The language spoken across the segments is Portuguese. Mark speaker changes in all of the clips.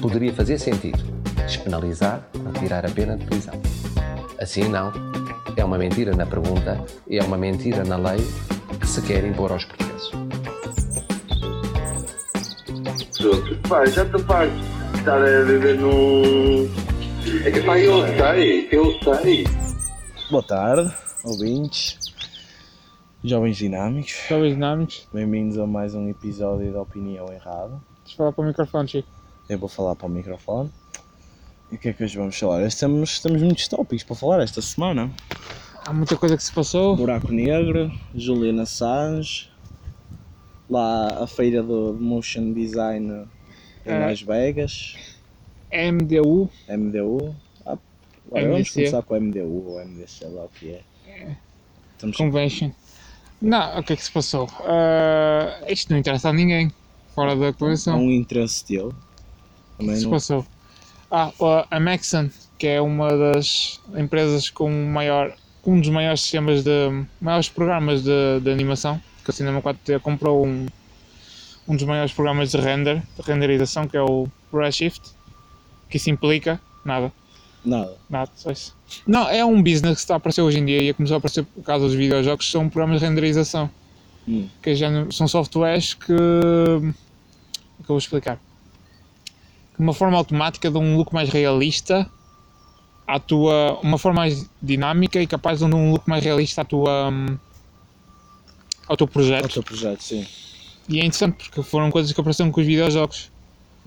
Speaker 1: poderia fazer sentido despenalizar ou tirar a pena de prisão. Assim não, é uma mentira na pergunta e é uma mentira na lei que se quer impor aos portugueses.
Speaker 2: Pronto, pá, já estou farto Tá, de estar a viver num... É que pá, eu sei, eu sei.
Speaker 3: Boa tarde, ouvintes, jovens dinâmicos.
Speaker 4: Jovens dinâmicos,
Speaker 3: Bem-vindos a mais um episódio da Opinião Errada.
Speaker 4: deixa falar para o microfone, Chico.
Speaker 3: Eu vou falar para o microfone. E o que é que hoje vamos falar? Estamos, estamos muitos tópicos para falar esta semana.
Speaker 4: Há muita coisa que se passou.
Speaker 3: Buraco Negro, Juliana Assange, lá a feira do de Motion Design em
Speaker 4: É.
Speaker 3: Las Vegas,
Speaker 4: MDU,
Speaker 3: MDU. Ah, olha, vamos
Speaker 4: MDC.
Speaker 3: começar com o MDU ou MDC, sei lá o que é. Estamos
Speaker 4: Convention. Não, o que é que se passou? Ah, isto não interessa a ninguém, fora da
Speaker 3: Há
Speaker 4: coleção.
Speaker 3: um interesse teu.
Speaker 4: O que
Speaker 3: Também
Speaker 4: se
Speaker 3: não-
Speaker 4: passou? Ah, a Maxon, que é uma das empresas com o maior, um dos maiores sistemas de, maiores programas de, de animação, que o Cinema 4D comprou um, um dos maiores programas de render, de renderização, que é o Redshift, que isso implica nada.
Speaker 3: Nada.
Speaker 4: Nada, só isso. Não, é um business que está a aparecer hoje em dia e começou a aparecer por causa dos videojogos, são programas de renderização.
Speaker 3: Hum.
Speaker 4: Que já não- são softwares que. que eu vou explicar. Que de uma forma automática dão um look mais realista à tua. Uma forma mais dinâmica e capaz de dar um look mais realista à tua. hum, ao teu projeto.
Speaker 3: Outro projeto, sim.
Speaker 4: E é interessante porque foram coisas que apareceram com os videojogos.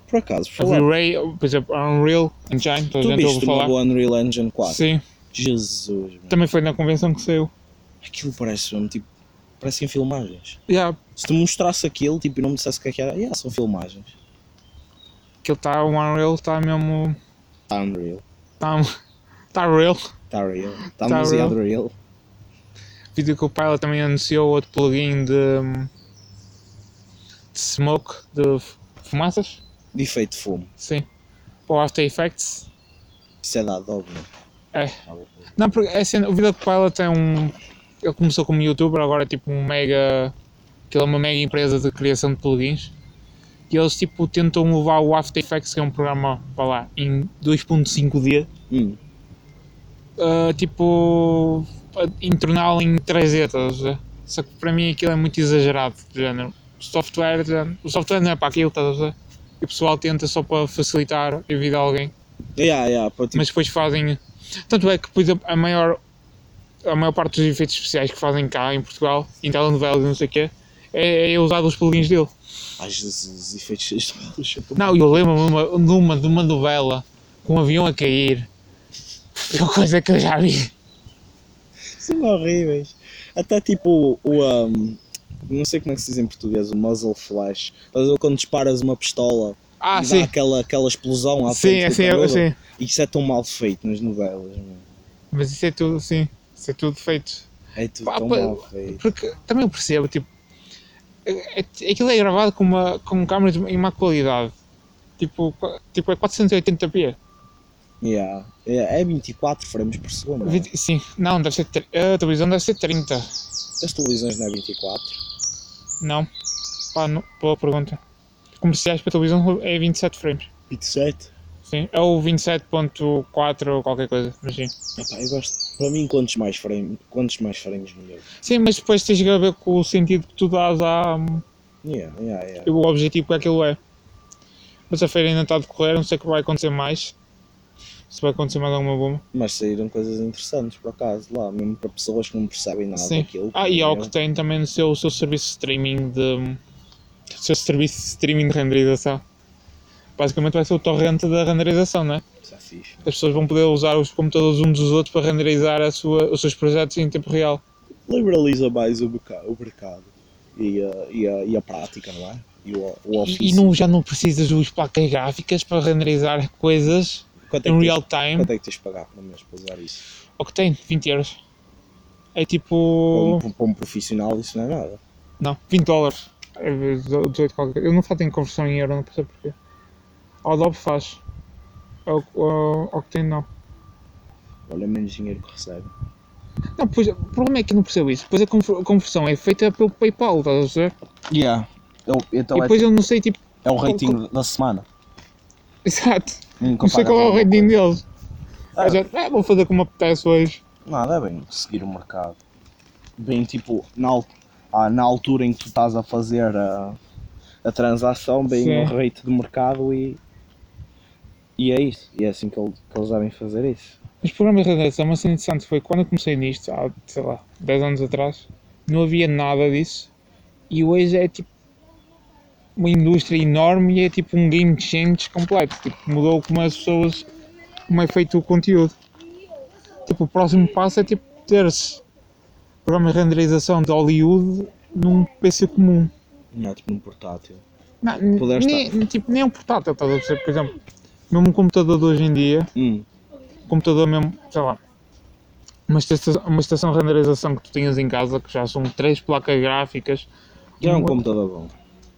Speaker 3: Por acaso, por
Speaker 4: A
Speaker 3: falar.
Speaker 4: Blu-ray, por exemplo, a Unreal Engine, toda a
Speaker 3: É Tu
Speaker 4: gente ouve
Speaker 3: viste uma
Speaker 4: falar.
Speaker 3: boa Unreal Engine 4?
Speaker 4: Sim,
Speaker 3: Jesus, mano.
Speaker 4: também foi na convenção que saiu.
Speaker 3: Aquilo parece mesmo, tipo, parecem filmagens.
Speaker 4: Yeah,
Speaker 3: Se tu mostrasse aquilo, tipo, e não me dissesse o que é que era, yeah, são filmagens.
Speaker 4: Aquilo está, o Unreal está tá mesmo.
Speaker 3: Está Unreal.
Speaker 4: Está tá real.
Speaker 3: Está real. Está
Speaker 4: Tá
Speaker 3: demasiado real.
Speaker 4: O vídeo que o Pilot também anunciou outro plugin de. de smoke, de f- fumaças.
Speaker 3: De efeito de fumo.
Speaker 4: Sim. Para o After Effects.
Speaker 3: Isso é dado, óbvio.
Speaker 4: É. Não, porque é assim, o vídeo do Pilot é um. Ele começou como youtuber, agora é tipo um mega. Aquilo é uma mega empresa de criação de plugins. E eles tipo tentam levar o After Effects, que é um programa, vá lá, em 2.5D.
Speaker 3: Hum,
Speaker 4: uh, tipo entorná-lo em 3D, estás a ver? Só que para mim aquilo é muito exagerado, do género. O software, do género, o software não é para aquilo, estás a ver? E o pessoal tenta só para facilitar a vida a alguém,
Speaker 3: Yeah, yeah, para, tipo,
Speaker 4: mas depois fazem. Tanto é que, por exemplo, a maior, a maior parte dos efeitos especiais que fazem cá em Portugal, em telenovelas e não sei o quê, é, é usado os plugins dele.
Speaker 3: Ai, Jesus, efeitos visuais. eu tô-
Speaker 4: Não, eu lembro-me de uma- de uma, de uma novela com um avião a cair. Foi uma coisa que eu já vi.
Speaker 3: São horríveis. Até tipo o. um, não sei como é que se diz em português, o muzzle flash. Estás a ver quando disparas uma pistola
Speaker 4: Ah,
Speaker 3: e dá
Speaker 4: sim.
Speaker 3: aquela, aquela explosão à
Speaker 4: Sim,
Speaker 3: frente
Speaker 4: é
Speaker 3: do
Speaker 4: sim, é
Speaker 3: cabelo?
Speaker 4: sim.
Speaker 3: Isso é tão mal feito nas novelas, mano.
Speaker 4: Mas isso é tudo, sim. Isso é tudo feito.
Speaker 3: É tudo
Speaker 4: Pá,
Speaker 3: tão
Speaker 4: pá,
Speaker 3: mal feito.
Speaker 4: Porque também eu percebo, tipo. é- é- Aquilo é gravado com, uma, com câmeras em má qualidade. Tipo, qua- tipo é 480p.
Speaker 3: Yeah. É, é 24 frames por segundo. não é?
Speaker 4: Vinte- Sim, não, deve ser. tre- A televisão deve ser 30.
Speaker 3: As televisões não é 24.
Speaker 4: Não. Pá, não, boa pergunta. Comerciais para televisão é 27 frames.
Speaker 3: 27?
Speaker 4: Sim, é o 27.4 ou qualquer coisa, mas sim.
Speaker 3: Epá, eu gosto. Para mim, quantos mais frames, quantos mais frames melhor.
Speaker 4: Sim, mas depois tens que ver com o sentido que tu dás à,
Speaker 3: Yeah, yeah, yeah.
Speaker 4: o objetivo que aquilo é. Mas a feira ainda está a decorrer, não sei o que vai acontecer mais. Se vai acontecer mais alguma bomba.
Speaker 3: Mas saíram coisas interessantes, por acaso, lá, mesmo para pessoas que não percebem nada
Speaker 4: Sim.
Speaker 3: daquilo. é
Speaker 4: Ah, e a
Speaker 3: eu-
Speaker 4: Octane também no seu, o seu serviço de streaming de. O seu serviço de streaming de renderização. Basicamente vai ser o torrente da renderização, né?
Speaker 3: Isso é fixe.
Speaker 4: As pessoas vão poder usar os computadores uns dos outros para renderizar a sua, os seus projetos em tempo real.
Speaker 3: Liberaliza mais o, merca- o mercado e a, e, a, e a prática, não é? E o, o ofício.
Speaker 4: E, e não, já não precisas de usar placas gráficas para renderizar coisas
Speaker 3: Quanto é que
Speaker 4: em
Speaker 3: tens-
Speaker 4: real time.
Speaker 3: Quanto é que tens de pagar por mês para usar isso?
Speaker 4: Octane, 20 euros. É tipo.
Speaker 3: Para, um, para um profissional, isso não é nada.
Speaker 4: Não, 20 dólares. É vezes 18 qualquer coisa. Eu não faço em conversão em euro, não percebo porquê. A Adobe faz. Ao que tem, não.
Speaker 3: Olha, menos dinheiro que recebe.
Speaker 4: Não, pois, o problema é que eu não percebo isso. Pois a conver- conversão é feita pelo PayPal, estás a perceber?
Speaker 3: Yeah.
Speaker 4: e
Speaker 3: Então
Speaker 4: depois eu não sei, tipo,
Speaker 3: é o
Speaker 4: rating
Speaker 3: da semana.
Speaker 4: Exato. Não sei qual é o rating deles.
Speaker 3: Ah.
Speaker 4: Mas, ah, vou fazer como apetece hoje.
Speaker 3: Nada, é bem seguir o mercado. Bem, tipo, na, al- ah, na altura em que tu estás a fazer a, a transação, bem
Speaker 4: Sim.
Speaker 3: o rate de mercado e. E é isso. E é assim que, ele- que eles devem fazer isso.
Speaker 4: Os programas de radiação, uma cena interessante foi quando eu comecei nisto, há, sei lá, 10 anos atrás, não havia nada disso. E hoje é tipo uma indústria enorme e é tipo um game change completo. Tipo, mudou como as pessoas, como é feito o conteúdo. Tipo, o próximo passo é tipo ter-se programas de renderização de Hollywood num PC comum.
Speaker 3: Não, tipo num portátil.
Speaker 4: Não, n-
Speaker 3: Poder
Speaker 4: nem, tipo, nem um portátil, estás a perceber? Por exemplo, mesmo um computador de hoje em dia,
Speaker 3: Hum.
Speaker 4: computador mesmo, sei lá, uma estação, uma estação de renderização que tu tinhas em casa, que já são três placas gráficas,
Speaker 3: Já é um
Speaker 4: Não.
Speaker 3: computador bom.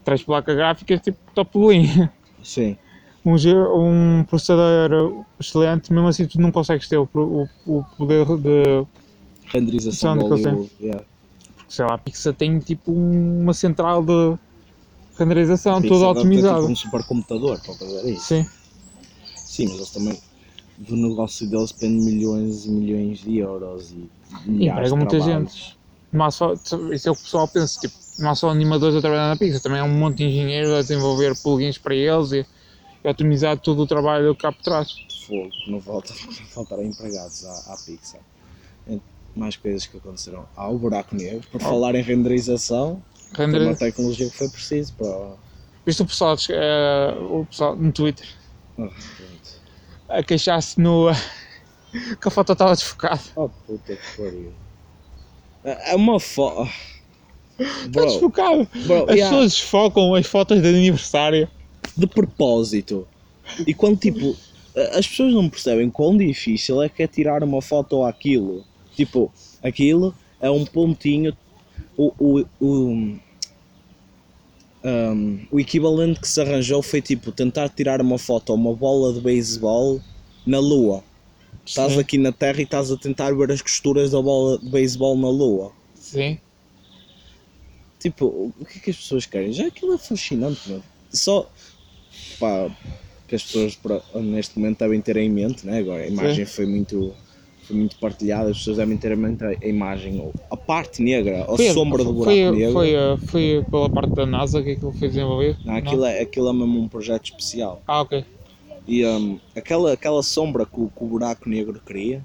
Speaker 4: três placas gráficas tipo top de linha,
Speaker 3: Sim.
Speaker 4: um, G- um processador excelente, mesmo assim tu não consegues ter o, pro- o, o poder de,
Speaker 3: Renderização
Speaker 4: Sound
Speaker 3: do Hollywood. Yeah.
Speaker 4: sei lá, a Pixar tem tipo uma central de renderização
Speaker 3: Sim,
Speaker 4: toda
Speaker 3: isso agora tem, tipo,
Speaker 4: otimizada.
Speaker 3: um supercomputador para fazer É isso.
Speaker 4: Sim,
Speaker 3: Sim, mas eles também. Do negócio deles depende milhões e milhões de euros e milhares de
Speaker 4: emprega muita
Speaker 3: trabalhos.
Speaker 4: gente. Não há só, isso é o que o pessoal pensa, tipo, não há só animadores a trabalhar na Pixar, também há um monte de engenheiros a desenvolver plugins para eles e, e otimizar todo o trabalho cá por trás.
Speaker 3: Fogo, não volta não faltaram empregados à, à Pixar. É, Mais coisas que aconteceram. Há o buraco negro, por
Speaker 4: Oh.
Speaker 3: falar em renderização, foi
Speaker 4: Render...
Speaker 3: uma tecnologia que foi preciso para. o-
Speaker 4: Viste o pessoal, eh, o pessoal no Twitter
Speaker 3: Ah, pronto.
Speaker 4: a queixar-se no. que a foto estava desfocada.
Speaker 3: Oh puta que pariu. É é uma foto.
Speaker 4: Está
Speaker 3: Bro,
Speaker 4: desfocado!
Speaker 3: bro, yeah.
Speaker 4: As pessoas desfocam as fotos de aniversário.
Speaker 3: de propósito. E quando tipo, a- as pessoas não percebem quão difícil é que é tirar uma foto àquilo. Tipo, aquilo é um pontinho, o, o, o, um, o equivalente que se arranjou foi tipo tentar tirar uma foto a uma bola de beisebol na lua. Estás
Speaker 4: Sim.
Speaker 3: aqui na Terra e estás a tentar ver as costuras da bola de beisebol na lua.
Speaker 4: Sim.
Speaker 3: Tipo, o que é que as pessoas querem? Já aquilo é fascinante, meu. Só pá, que as pessoas pra- neste momento devem ter em mente, né? Agora a imagem foi muito, foi muito partilhada, as pessoas devem ter em mente a imagem, ou a parte negra, ou a sombra do buraco
Speaker 4: foi,
Speaker 3: negro.
Speaker 4: Foi, eh, foi pela parte da NASA que aquilo foi desenvolvido?
Speaker 3: Não, aquilo, É, aquilo é mesmo um projeto especial.
Speaker 4: Ah, ok.
Speaker 3: E hum, aquela, aquela sombra que o, que o buraco negro cria,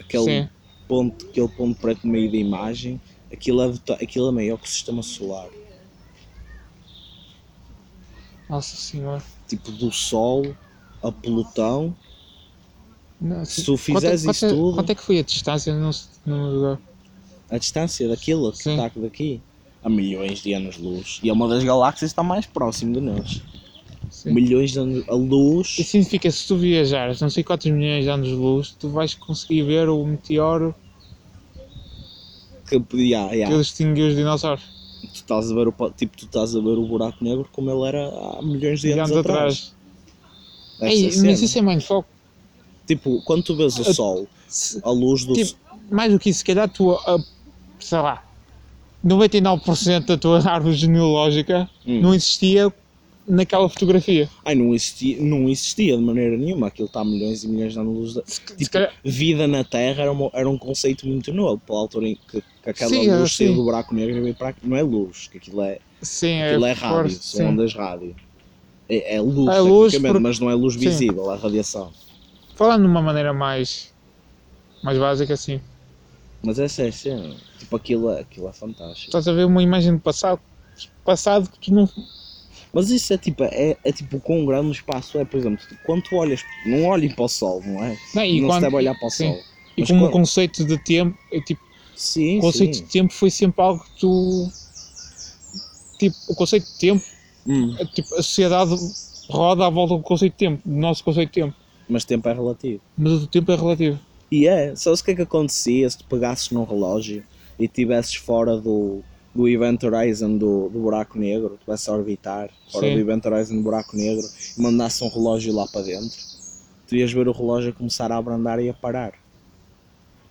Speaker 3: aquele,
Speaker 4: Sim.
Speaker 3: ponto, aquele ponto preto no meio da imagem, aquilo é, vota- aquilo é maior que o sistema solar.
Speaker 4: Nossa senhora.
Speaker 3: Tipo, do Sol a Plutão
Speaker 4: Não,
Speaker 3: Se
Speaker 4: sim.
Speaker 3: tu fizeres
Speaker 4: quanto, é-
Speaker 3: isso
Speaker 4: quanto é-
Speaker 3: tudo-
Speaker 4: Quanto é que foi a distância? Não, se- não me lembro.
Speaker 3: a distância daquilo que
Speaker 4: Sim.
Speaker 3: está daqui a milhões de anos-luz. E é uma das galáxias que está mais próximo de nós.
Speaker 4: Sim.
Speaker 3: Milhões de anos-luz.
Speaker 4: Isso significa que se tu viajares não sei quantos milhões de anos de luz, tu vais conseguir ver o meteoro
Speaker 3: Que podia. ah,
Speaker 4: que
Speaker 3: Yeah,
Speaker 4: extinguiu os dinossauros.
Speaker 3: Tu estás a ver o pa- tipo, tu estás a ver o buraco negro como ele era há milhões de anos, atrás. Deve
Speaker 4: Ei,
Speaker 3: ser
Speaker 4: mas
Speaker 3: cena.
Speaker 4: isso é mindfuck.
Speaker 3: Tipo, quando tu vês o
Speaker 4: Eu-
Speaker 3: Sol,
Speaker 4: Se-
Speaker 3: a luz do
Speaker 4: Tipo,
Speaker 3: sol-
Speaker 4: mais do que isso, se calhar tu, ah, sei lá, 99% da tua árvore genealógica
Speaker 3: Hum.
Speaker 4: não existia naquela fotografia.
Speaker 3: Ai, não existia, não existia de maneira nenhuma. Aquilo está a milhões e milhões de anos-luz. da-
Speaker 4: se calhar,
Speaker 3: Vida na Terra era, uma- era um conceito muito novo. Pela altura em que, que aquela
Speaker 4: Sim, é,
Speaker 3: luz saiu
Speaker 4: sim.
Speaker 3: do buraco negro e veio para aqui. Não é luz, que aquilo é.
Speaker 4: sim,
Speaker 3: Aquilo é
Speaker 4: forte,
Speaker 3: rádio, são
Speaker 4: sim.
Speaker 3: ondas rádio. É, é luz,
Speaker 4: É luz
Speaker 3: tecnicamente,
Speaker 4: por-
Speaker 3: mas não é luz
Speaker 4: Sim.
Speaker 3: visível, é radiação.
Speaker 4: Falando de uma maneira mais, mais básica, assim,
Speaker 3: Mas essa é a cena. Tipo, aquilo, é- aquilo é fantástico.
Speaker 4: estás a ver uma imagem do passado, passado que tu não.
Speaker 3: Mas isso é tipo, é, é tipo o quão grande o espaço é, por exemplo, tipo, quando tu olhas, não olhem para o sol, não é?
Speaker 4: Não, né, e
Speaker 3: não se
Speaker 4: quando-
Speaker 3: deve olhar para o
Speaker 4: sim.
Speaker 3: sol.
Speaker 4: E
Speaker 3: Mas
Speaker 4: como o
Speaker 3: quando-
Speaker 4: conceito de tempo, é tipo,
Speaker 3: Sim,
Speaker 4: o conceito
Speaker 3: sim.
Speaker 4: de tempo foi sempre algo que tu. Tipo, o conceito de tempo,
Speaker 3: Hum,
Speaker 4: é tipo, a sociedade roda à volta do conceito de tempo, do nosso conceito de tempo.
Speaker 3: mas tempo é relativo.
Speaker 4: Mas o tempo é relativo.
Speaker 3: E é, sabes o que é que acontecia se tu pegasses num relógio e estivesses fora do, do Event Horizon do, do buraco negro, estivesse a orbitar fora
Speaker 4: Sim.
Speaker 3: do Event Horizon do buraco negro e mandasse um relógio lá para dentro, tu ias ver o relógio a começar a abrandar e a parar.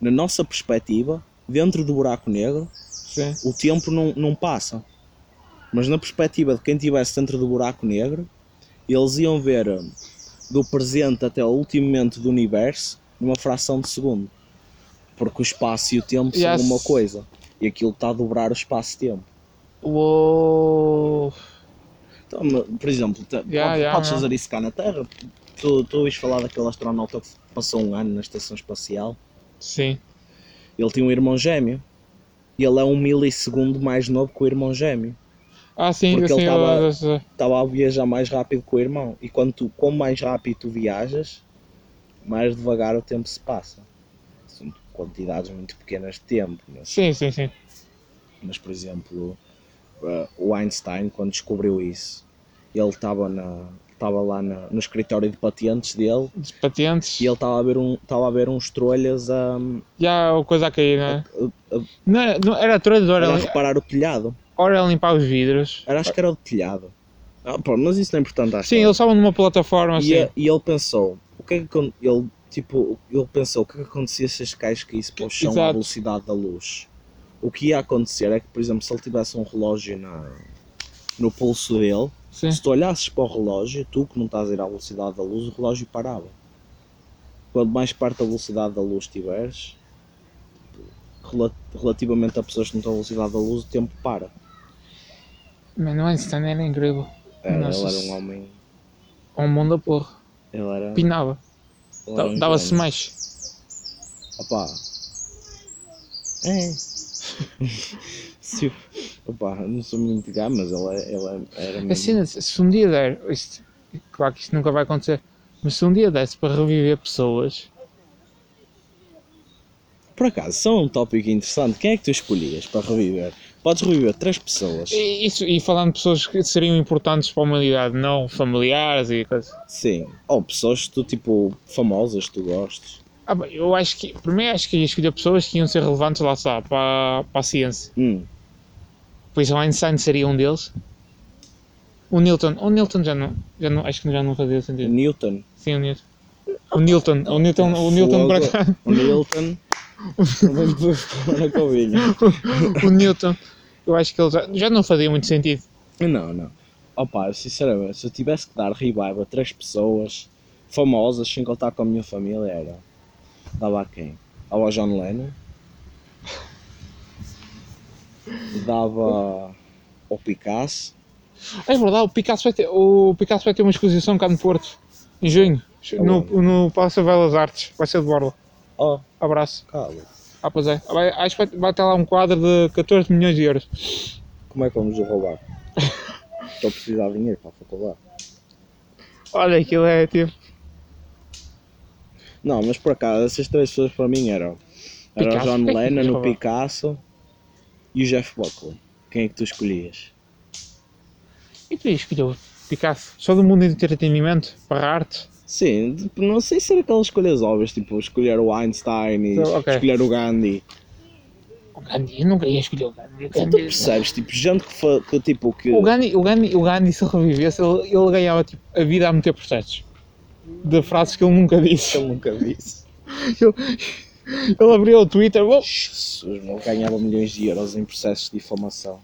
Speaker 3: Na nossa perspectiva, dentro do buraco negro,
Speaker 4: Sim.
Speaker 3: o tempo não, não passa. Mas na perspectiva de quem estivesse dentro do buraco negro, eles iam ver hum, do presente até ao último momento do universo numa fração de segundo. Porque o espaço e o tempo
Speaker 4: Yes.
Speaker 3: são uma coisa. E aquilo está a dobrar o espaço-tempo.
Speaker 4: Uou!
Speaker 3: Então, mas, por exemplo, te-
Speaker 4: Yeah,
Speaker 3: pode-
Speaker 4: yeah,
Speaker 3: podes
Speaker 4: yeah.
Speaker 3: fazer isso cá na Terra. Tu, tu ouviste falar daquele astronauta que passou um ano na estação espacial.
Speaker 4: Sim.
Speaker 3: Ele tinha um irmão gêmeo. E ele é um milissegundo mais novo que o irmão gêmeo.
Speaker 4: Ah, sim,
Speaker 3: Porque
Speaker 4: sim,
Speaker 3: ele tava-
Speaker 4: eu- eu- eu-
Speaker 3: Estava a viajar mais rápido que o irmão. E quando tu, quanto mais rápido tu viajas, mais devagar o tempo se passa. São quantidades muito pequenas de tempo. Mas,
Speaker 4: sim, sim, sim.
Speaker 3: mas por exemplo, eh, o Einstein, quando descobriu isso, ele estava na- estava lá na- no escritório de patentes dele
Speaker 4: Dos patentes.
Speaker 3: E ele estava a ver um, estava a ver uns trolhas a,
Speaker 4: Já a coisa a cair, não é?
Speaker 3: a- a-
Speaker 4: Não era, não, era a de hora,
Speaker 3: a
Speaker 4: lim-
Speaker 3: reparar o telhado.
Speaker 4: hora a limpar os vidros.
Speaker 3: Era, acho que era o telhado. Ah, pronto, mas isso não é importante. acho
Speaker 4: Sim,
Speaker 3: eu.
Speaker 4: eles estavam numa plataforma assim.
Speaker 3: e, é- a- e ele pensou, o que é que acon- ele tipo, ele pensou o que é que acontecia se as caixas caíssem para o chão à
Speaker 4: Exato.
Speaker 3: velocidade da luz. O que ia acontecer é que, por exemplo, se ele tivesse um relógio na, no pulso dele,
Speaker 4: Sim.
Speaker 3: se tu olhasses para o relógio, tu que não estás a ir à velocidade da luz, o relógio parava. Quanto mais perto da velocidade da luz estiveres, rela- relativamente a pessoas que não estão à velocidade da luz, o tempo para.
Speaker 4: Mano, o Einstein é, era incrível.
Speaker 3: Era-
Speaker 4: Nossa,
Speaker 3: ele era
Speaker 4: se-
Speaker 3: um homem.
Speaker 4: Um mundo da porra.
Speaker 3: Ele era.
Speaker 4: Pinava.
Speaker 3: ele era um
Speaker 4: Dava-se
Speaker 3: gênio.
Speaker 4: mais.
Speaker 3: Opa. É. Se- Opa, não sou muito de mas ele, é- ele é- era
Speaker 4: A
Speaker 3: mesmo.
Speaker 4: cena, se se um dia der, isto, claro que isto nunca vai acontecer, mas se um dia desse para reviver pessoas,
Speaker 3: Por acaso, só um tópico interessante. Quem é que tu escolhias para reviver? Podes reviver três pessoas.
Speaker 4: e, isso, e falando de pessoas que seriam importantes para a humanidade, não familiares e coisas.
Speaker 3: Sim. Ou pessoas que tu, tipo, famosas, tu gostes.
Speaker 4: Ah, bem, eu acho que, primeiro acho que ia escolher pessoas que iam ser relevantes lá está, para, para a ciência.
Speaker 3: Hum.
Speaker 4: Por isso, o Einstein seria um deles. O Newton, o Newton já não, já não acho que já não fazia sentido.
Speaker 3: Newton.
Speaker 4: Sim, o Newton. O Newton, o Newton, o Newton
Speaker 3: Fogo.
Speaker 4: para cá.
Speaker 3: O Newton. Vamos falar na covilha.
Speaker 4: O Newton, eu acho que ele já, já não fazia muito sentido.
Speaker 3: Não, não. Opa, eu, sinceramente, se eu tivesse que dar revive a três pessoas famosas sem contar com a minha família, era. Dava a quem? Dava ao John Lennon. Dava ao Picasso.
Speaker 4: É verdade, o Picasso vai ter, o Picasso vai ter uma exposição cá no Porto, em junho, no, no Palácio Belas Artes, vai ser de borla.
Speaker 3: Oh,
Speaker 4: Abraço.
Speaker 3: cala.
Speaker 4: Ah, pois é. Vai, acho que vai, vai ter lá um quadro de 14 milhões de euros.
Speaker 3: Como é que vamos o roubar? Estou a precisar de dinheiro para a faculdade.
Speaker 4: Olha, aquilo é tipo.
Speaker 3: Não, mas por acaso, essas três pessoas para mim eram. Era o
Speaker 4: Picasso, quem é
Speaker 3: John
Speaker 4: que
Speaker 3: Lennon,
Speaker 4: ia
Speaker 3: o Picasso e o Jeff Buckley. Quem é que tu escolhias?
Speaker 4: E tu escolheu o Picasso? Só do mundo do entretenimento, para a arte.
Speaker 3: Sim, tipo, não sei se era aquelas escolhas óbvias, tipo escolher o Einstein e
Speaker 4: Então, ok.
Speaker 3: escolher o Gandhi.
Speaker 4: O Gandhi, eu nunca ia escolher o Gandhi. O
Speaker 3: Tu
Speaker 4: Gandhi,
Speaker 3: percebes, tipo, gente que, fa- que tipo que.
Speaker 4: o Gandhi, o Gandhi, o Gandhi se revivesse, ele, ele ganhava tipo, a vida a meter processos. De frases que ele nunca disse.
Speaker 3: Eu nunca vi isso.
Speaker 4: Ele abriu o Twitter, "Bom,
Speaker 3: Jesus, meu, ganhava milhões de euros em processos de difamação.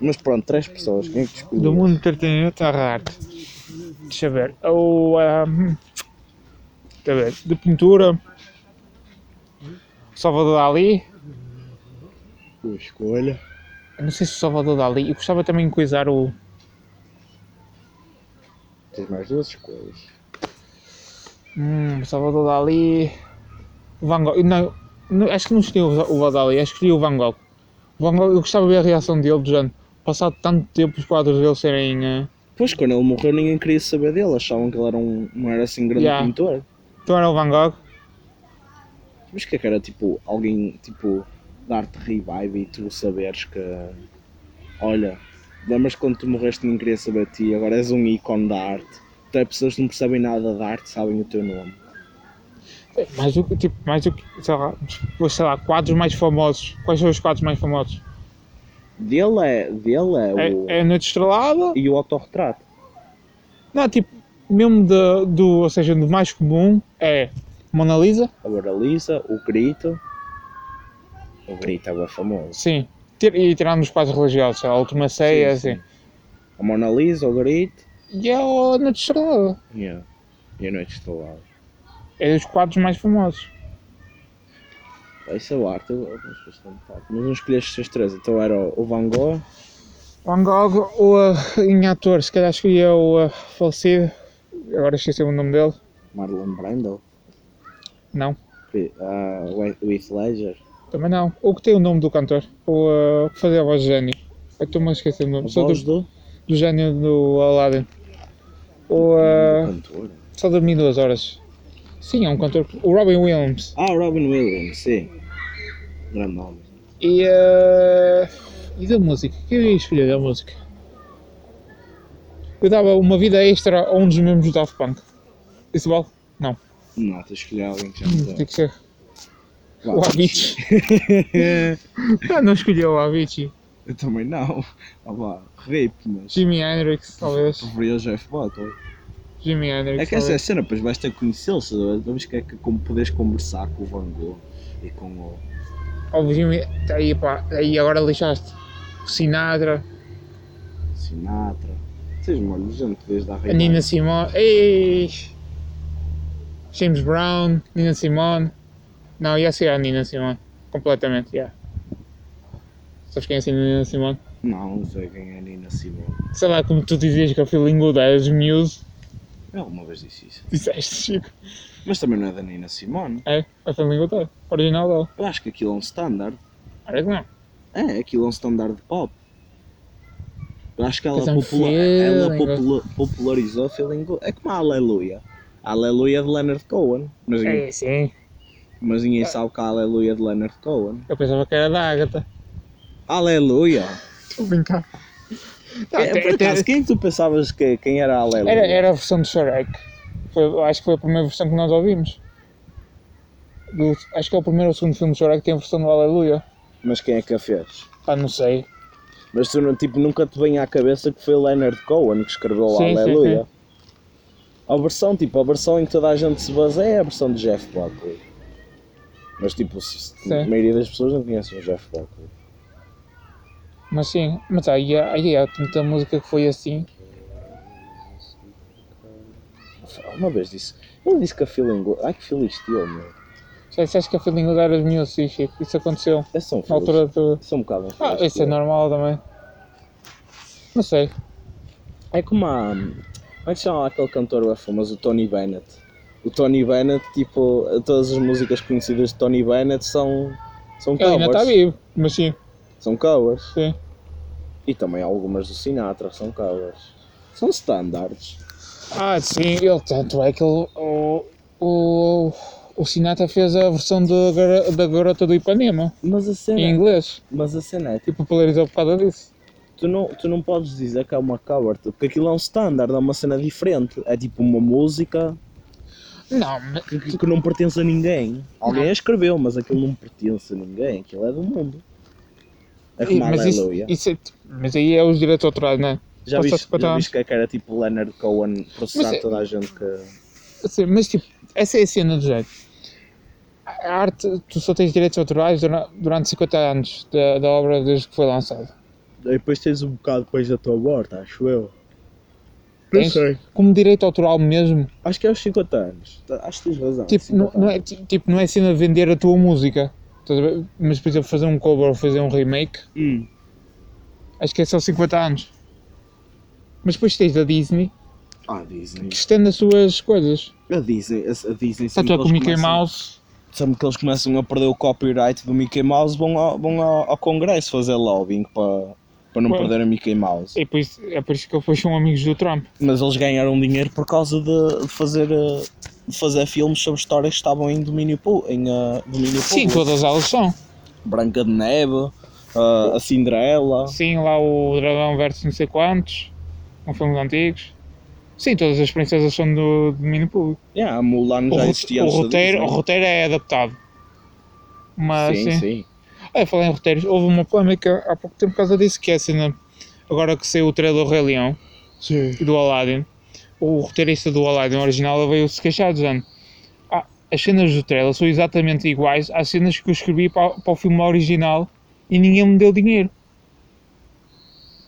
Speaker 3: Mas pronto, três pessoas, quem é que tu
Speaker 4: Do
Speaker 3: escolhias?
Speaker 4: mundo do entretenimento à arte. Deixa eu ver. O, ahm, deixa eu ver. De pintura. Salvador Dali.
Speaker 3: Boa escolha.
Speaker 4: Eu não sei se o Salvador Dali. Eu gostava também de coisar o.
Speaker 3: Tens mais duas escolhas.
Speaker 4: Hum, Salvador Dali. Van Gogh. Não, não, acho que não escolhi o, o Dali. Acho que escolhi o Van Gogh. O Van Gogh, eu gostava de ver a reação dele, do género. Passado tanto tempo, os quadros dele serem. eh,
Speaker 3: Pois quando ele morreu ninguém queria saber dele, achavam que ele era um, não era assim grande
Speaker 4: Yeah.
Speaker 3: pintor.
Speaker 4: Então era o Van Gogh.
Speaker 3: Mas que é que era tipo alguém tipo dar-te revive e tu saberes que olha, lembras quando tu morreste ninguém queria saber de ti, agora és um ícone da arte. Até pessoas que não percebem nada da arte sabem o teu nome.
Speaker 4: Mais do que, tipo, mais do que, sei lá, tipo, sei lá, quadros mais famosos. Quais são os quadros mais famosos?
Speaker 3: Dele é, dele é, o.
Speaker 4: É, é a Noite Estrelada.
Speaker 3: E o autorretrato.
Speaker 4: Não, tipo, mesmo da- do, ou seja, do mais comum é Mona Lisa.
Speaker 3: A Mona Lisa, o grito. O grito é bem famoso.
Speaker 4: Sim. Tir- E tirando os quadros religiosos, a Última Ceia,
Speaker 3: Sim,
Speaker 4: assim.
Speaker 3: sim. A Mona Lisa, o grito.
Speaker 4: e é o Noite Estrelada.
Speaker 3: Yeah. E a noite estrelada.
Speaker 4: É dos quadros mais famosos.
Speaker 3: Vai ser o arte, eu gosto bastante de arte. Mas não escolheste os três, então era o o Van Gogh.
Speaker 4: Van Gogh, ou ah, em ator, se calhar escolhia o ah, falecido, agora esqueci o nome dele.
Speaker 3: Marlon Brando,
Speaker 4: Não,
Speaker 3: ah, o Heath Ledger,
Speaker 4: também não. O que tem o nome do cantor? O ah, que fazia a voz de gênio? Eu estou-me a esquecer o
Speaker 3: a
Speaker 4: nome. Só
Speaker 3: voz
Speaker 4: do,
Speaker 3: do,
Speaker 4: do gênio do Aladdin.
Speaker 3: do
Speaker 4: O, ah,
Speaker 3: cantor.
Speaker 4: só dormi duas horas. Sim, é um cantor. O Robin Williams.
Speaker 3: Ah, Robin Williams, sim. Grande nome.
Speaker 4: E, ah, e da música? Quem eu ia escolher da música? Eu dava uma vida extra a um dos membros do Daft Punk. Isso vale?
Speaker 3: Não, tens de escolher alguém que já
Speaker 4: Hum,
Speaker 3: me
Speaker 4: Tem que ser. O Avicii. Ah, não escolheu o Avicii.
Speaker 3: Eu também não. Ah, vá, rape, mas.
Speaker 4: Jimi Hendrix, talvez.
Speaker 3: Preferia o Jeff Butler.
Speaker 4: Jimi Hendrix.
Speaker 3: Uhum. É que essa é a cena, pois vais ter que conhecê-lo, sabe? vamos que é que como podes conversar com o Van Gogh e com o.
Speaker 4: talvez.
Speaker 3: é-
Speaker 4: Ou o Jimi. tá Aí, pá, aí agora lixaste. O Sinatra,
Speaker 3: Sinatra. Vocês molhos, já me podias dar
Speaker 4: a Nina Simone. Ei! James Brown, Nina Simone. Não, ia ser a Nina Simone. Completamente, já. Sabes quem é a Nina Simone?
Speaker 3: Não, não sei quem é a Nina Simone.
Speaker 4: Sei lá, como tu dizias que a filinguda és miúdo,
Speaker 3: Eu alguma vez disse isso.
Speaker 4: disseste, Chico.
Speaker 3: Mas também não é da Nina Simone.
Speaker 4: É, a filinguda, original dela.
Speaker 3: Eu acho que aquilo é um standard.
Speaker 4: Olha que não.
Speaker 3: É, aquilo é um standard de pop. Eu acho que ela,
Speaker 4: Pois é, um
Speaker 3: popula- ela
Speaker 4: feeling.
Speaker 3: popula- popularizou feeling good. É como a Aleluia. A Aleluia de Leonard Cohen. Mas, ninguém-
Speaker 4: É, sim.
Speaker 3: mas ninguém sabe que a Aleluia de Leonard Cohen.
Speaker 4: Eu pensava que era da Agatha.
Speaker 3: Aleluia!
Speaker 4: Estou a brincar. Não,
Speaker 3: É,
Speaker 4: até-
Speaker 3: por
Speaker 4: até-
Speaker 3: acaso, quem tu pensavas que quem era a Aleluia?
Speaker 4: era, era a versão do Shrek. Foi- acho que foi a primeira versão que nós ouvimos. Do- acho que é o primeiro ou segundo filme do Shrek que tem a versão do Aleluia.
Speaker 3: Mas quem é que a fez?
Speaker 4: Pá, não sei.
Speaker 3: Mas tu não, tipo, nunca te vem à cabeça que foi o Leonard Cohen que escreveu a
Speaker 4: Sim, sim,
Speaker 3: Aleluia. A versão, tipo, a versão em que toda a gente se baseia é a versão de Jeff Buckley. Mas tipo, se- se- a
Speaker 4: Sim.
Speaker 3: maioria das pessoas não conhecem o Jeff Buckley.
Speaker 4: Mas sim, mas aí, é, aí há tanta música que foi assim.
Speaker 3: Uma vez disse. Ele disse que a Feeling Good. Ai que filistil, meu.
Speaker 4: Já disseste que a Feeling Good era as minhas, sim, Chico. Isso aconteceu
Speaker 3: É só um
Speaker 4: na
Speaker 3: filisteu.
Speaker 4: altura do.
Speaker 3: São um bocado um
Speaker 4: Ah, isso é
Speaker 3: filisteu.
Speaker 4: normal também. Não sei.
Speaker 3: É como a. Como é que se chama aquele cantor bem famoso, o Tony Bennett? O Tony Bennett, tipo, todas as músicas conhecidas de Tony Bennett são. São
Speaker 4: Ele ainda está
Speaker 3: covers.
Speaker 4: vivo, mas sim,
Speaker 3: São covers.
Speaker 4: sim.
Speaker 3: E também algumas do Sinatra são covers. São standards.
Speaker 4: Ah, sim, ele tanto é que ele, o, o, o Sinatra fez a versão da, gar- da garota do Ipanema
Speaker 3: Mas a cena,
Speaker 4: em inglês
Speaker 3: mas a cena é
Speaker 4: e
Speaker 3: tipo,
Speaker 4: popularizou por causa disso.
Speaker 3: tu não, tu não podes dizer que é uma cover, tu- porque aquilo é um standard, é uma cena diferente. É tipo uma música
Speaker 4: Não, mas-
Speaker 3: que, que- que não pertence a ninguém. Alguém a escreveu, mas aquilo não pertence a ninguém, aquilo é do mundo. É como a
Speaker 4: mas, isso,
Speaker 3: Aleluia.
Speaker 4: isso é- mas aí é os direitos autorais, não é?
Speaker 3: Já viste,
Speaker 4: passou-se para
Speaker 3: já
Speaker 4: trás.
Speaker 3: viste que é que era tipo Leonard Cohen processar
Speaker 4: Mas é-
Speaker 3: toda a gente que.
Speaker 4: Assim, mas tipo, essa é a cena do jeito. A arte, tu só tens direitos autorais dura- durante 50 anos da, da obra desde que foi lançada.
Speaker 3: Depois tens um bocado depois da tua morte, acho eu. Não
Speaker 4: Tens?
Speaker 3: sei.
Speaker 4: Como direito autoral mesmo,
Speaker 3: Acho que é aos 50 anos. Tá, Acho que tens razão.
Speaker 4: tipo, não,
Speaker 3: 50
Speaker 4: não é, ti- tipo, não é cena de vender a tua música. Estás a ver? Mas, por exemplo, fazer um cover ou fazer um remake,
Speaker 3: Hum.
Speaker 4: Acho que é só 50 anos. Mas depois tens a Disney
Speaker 3: Ah, Disney.
Speaker 4: que estende as suas coisas.
Speaker 3: A Disney, a, a Disney
Speaker 4: Está toda é com o Mickey Mouse.
Speaker 3: Sempre que eles começam a perder o copyright do Mickey Mouse, vão ao, vão ao, ao Congresso fazer lobbying para, para não
Speaker 4: Ué.
Speaker 3: perder o Mickey Mouse.
Speaker 4: É por isso, é por isso que eles são amigos do Trump.
Speaker 3: Mas eles ganharam dinheiro por causa de, de fazer, eh, de fazer filmes sobre histórias que estavam em domínio, pu- em, eh, domínio
Speaker 4: Sim,
Speaker 3: público.
Speaker 4: todas elas são.
Speaker 3: Branca de Neve, eh, a Cinderela.
Speaker 4: Sim, lá o Dragão versus não sei quantos. São filmes antigos. Sim, todas as princesas são do domínio público.
Speaker 3: Yeah, a Mulan
Speaker 4: O,
Speaker 3: já
Speaker 4: ro-
Speaker 3: existia
Speaker 4: o
Speaker 3: antes da
Speaker 4: roteiro, o
Speaker 3: Disney.
Speaker 4: roteiro é adaptado. Mas sim.
Speaker 3: sim, sim.
Speaker 4: Ah, falei em roteiros. Houve uma polémica há pouco tempo por causa disso, que é a cena. Agora que saiu o trailer do Rei Leão.
Speaker 3: Sim.
Speaker 4: do Aladdin, o roteirista do Aladdin original veio se queixar dizendo ah, as cenas do trailer são exatamente iguais às cenas que eu escrevi para, para o filme original e ninguém me deu dinheiro.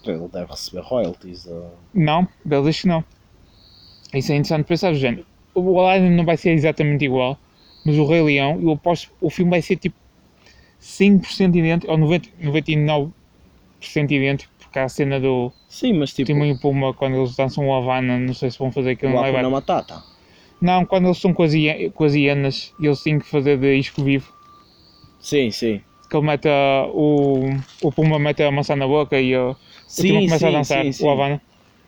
Speaker 3: Ele deve receber royalties. eh.
Speaker 4: Não, ele diz que não. Isso é interessante pensar, do género. O Aladdin não vai ser exatamente igual, mas o Rei Leão, eu aposto, o filme vai ser tipo 100% idêntico, ou 90, 99% idêntico, porque há a cena do
Speaker 3: Sim, mas tipo,
Speaker 4: Timão e o Puma quando eles dançam o Havana, não sei se vão fazer aquilo,
Speaker 3: o
Speaker 4: não vai.
Speaker 3: Hakuna Matata.
Speaker 4: Não, quando eles estão com as, hie- com as hienas, eles têm que fazer de isco vivo.
Speaker 3: Sim, sim.
Speaker 4: Que ele mete a- o, o Puma mete a maçã na boca e uh, o, o Timão começa a dançar o Havana.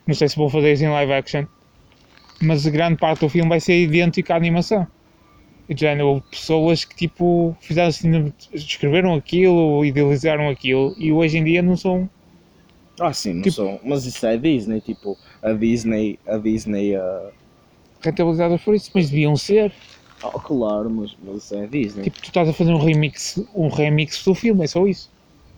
Speaker 4: Não sei se vão fazer isso em live action. Mas grande parte do filme vai ser idêntico à animação. E de género, houve pessoas que tipo fizeram assim, escreveram aquilo, idealizaram aquilo e hoje em dia não são.
Speaker 3: Ah, sim, não
Speaker 4: Tipo-
Speaker 3: são. Mas isso é Disney, tipo, a Disney, a Disney, ah, a...
Speaker 4: rentabilizadas por isso, mas deviam ser.
Speaker 3: Oh, claro, mas, mas isso é Disney.
Speaker 4: Tipo, tu estás a fazer um remix, um remix do filme, é só isso.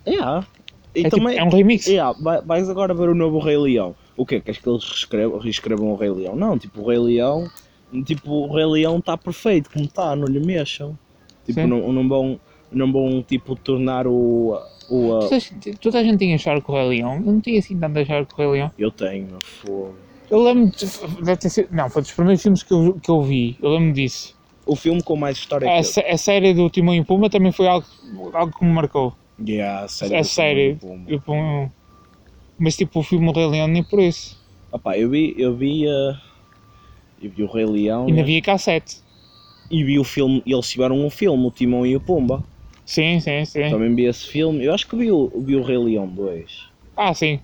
Speaker 3: yeah. E
Speaker 4: É, tipo,
Speaker 3: também,
Speaker 4: é um remix.
Speaker 3: yeah, vai- vais agora ver o novo Rei Leão. O quê? Queres que eles reescrevam, reescrevam o Rei Leão? Não, tipo, o Rei Leão, tipo, o Rei Leão está perfeito como está, não lhe mexam. Tipo,
Speaker 4: Sim.
Speaker 3: não, não vão, não vão, tipo, tornar o... o a-
Speaker 4: Toda a gente- Toda a gente tinha achado que o Rei Leão. Eu não tinha assim tanto achado que o Rei Leão.
Speaker 3: Eu tenho, meu fogo.
Speaker 4: Eu lembro. de- Deve ter sido, não, foi dos primeiros filmes que eu, que eu vi. Eu lembro disso.
Speaker 3: O filme com mais história
Speaker 4: É A,
Speaker 3: que eu...
Speaker 4: sé- a série do Timão e Puma também foi algo, algo que me marcou.
Speaker 3: Yeah, a série
Speaker 4: a
Speaker 3: do é Timão
Speaker 4: série.
Speaker 3: e Pumba.
Speaker 4: Eu, pum, mas tipo, o filme do Rei Leão nem por isso.
Speaker 3: Opa, eu vi, eu vi, eh, eu vi o Rei Leão
Speaker 4: Ainda havia cassete.
Speaker 3: e vi o filme, eles tiveram um filme, o Timão e o Pumba.
Speaker 4: Sim, sim, sim.
Speaker 3: Também vi esse filme, eu acho que vi o, vi o Rei Leão 2.
Speaker 4: Ah, sim.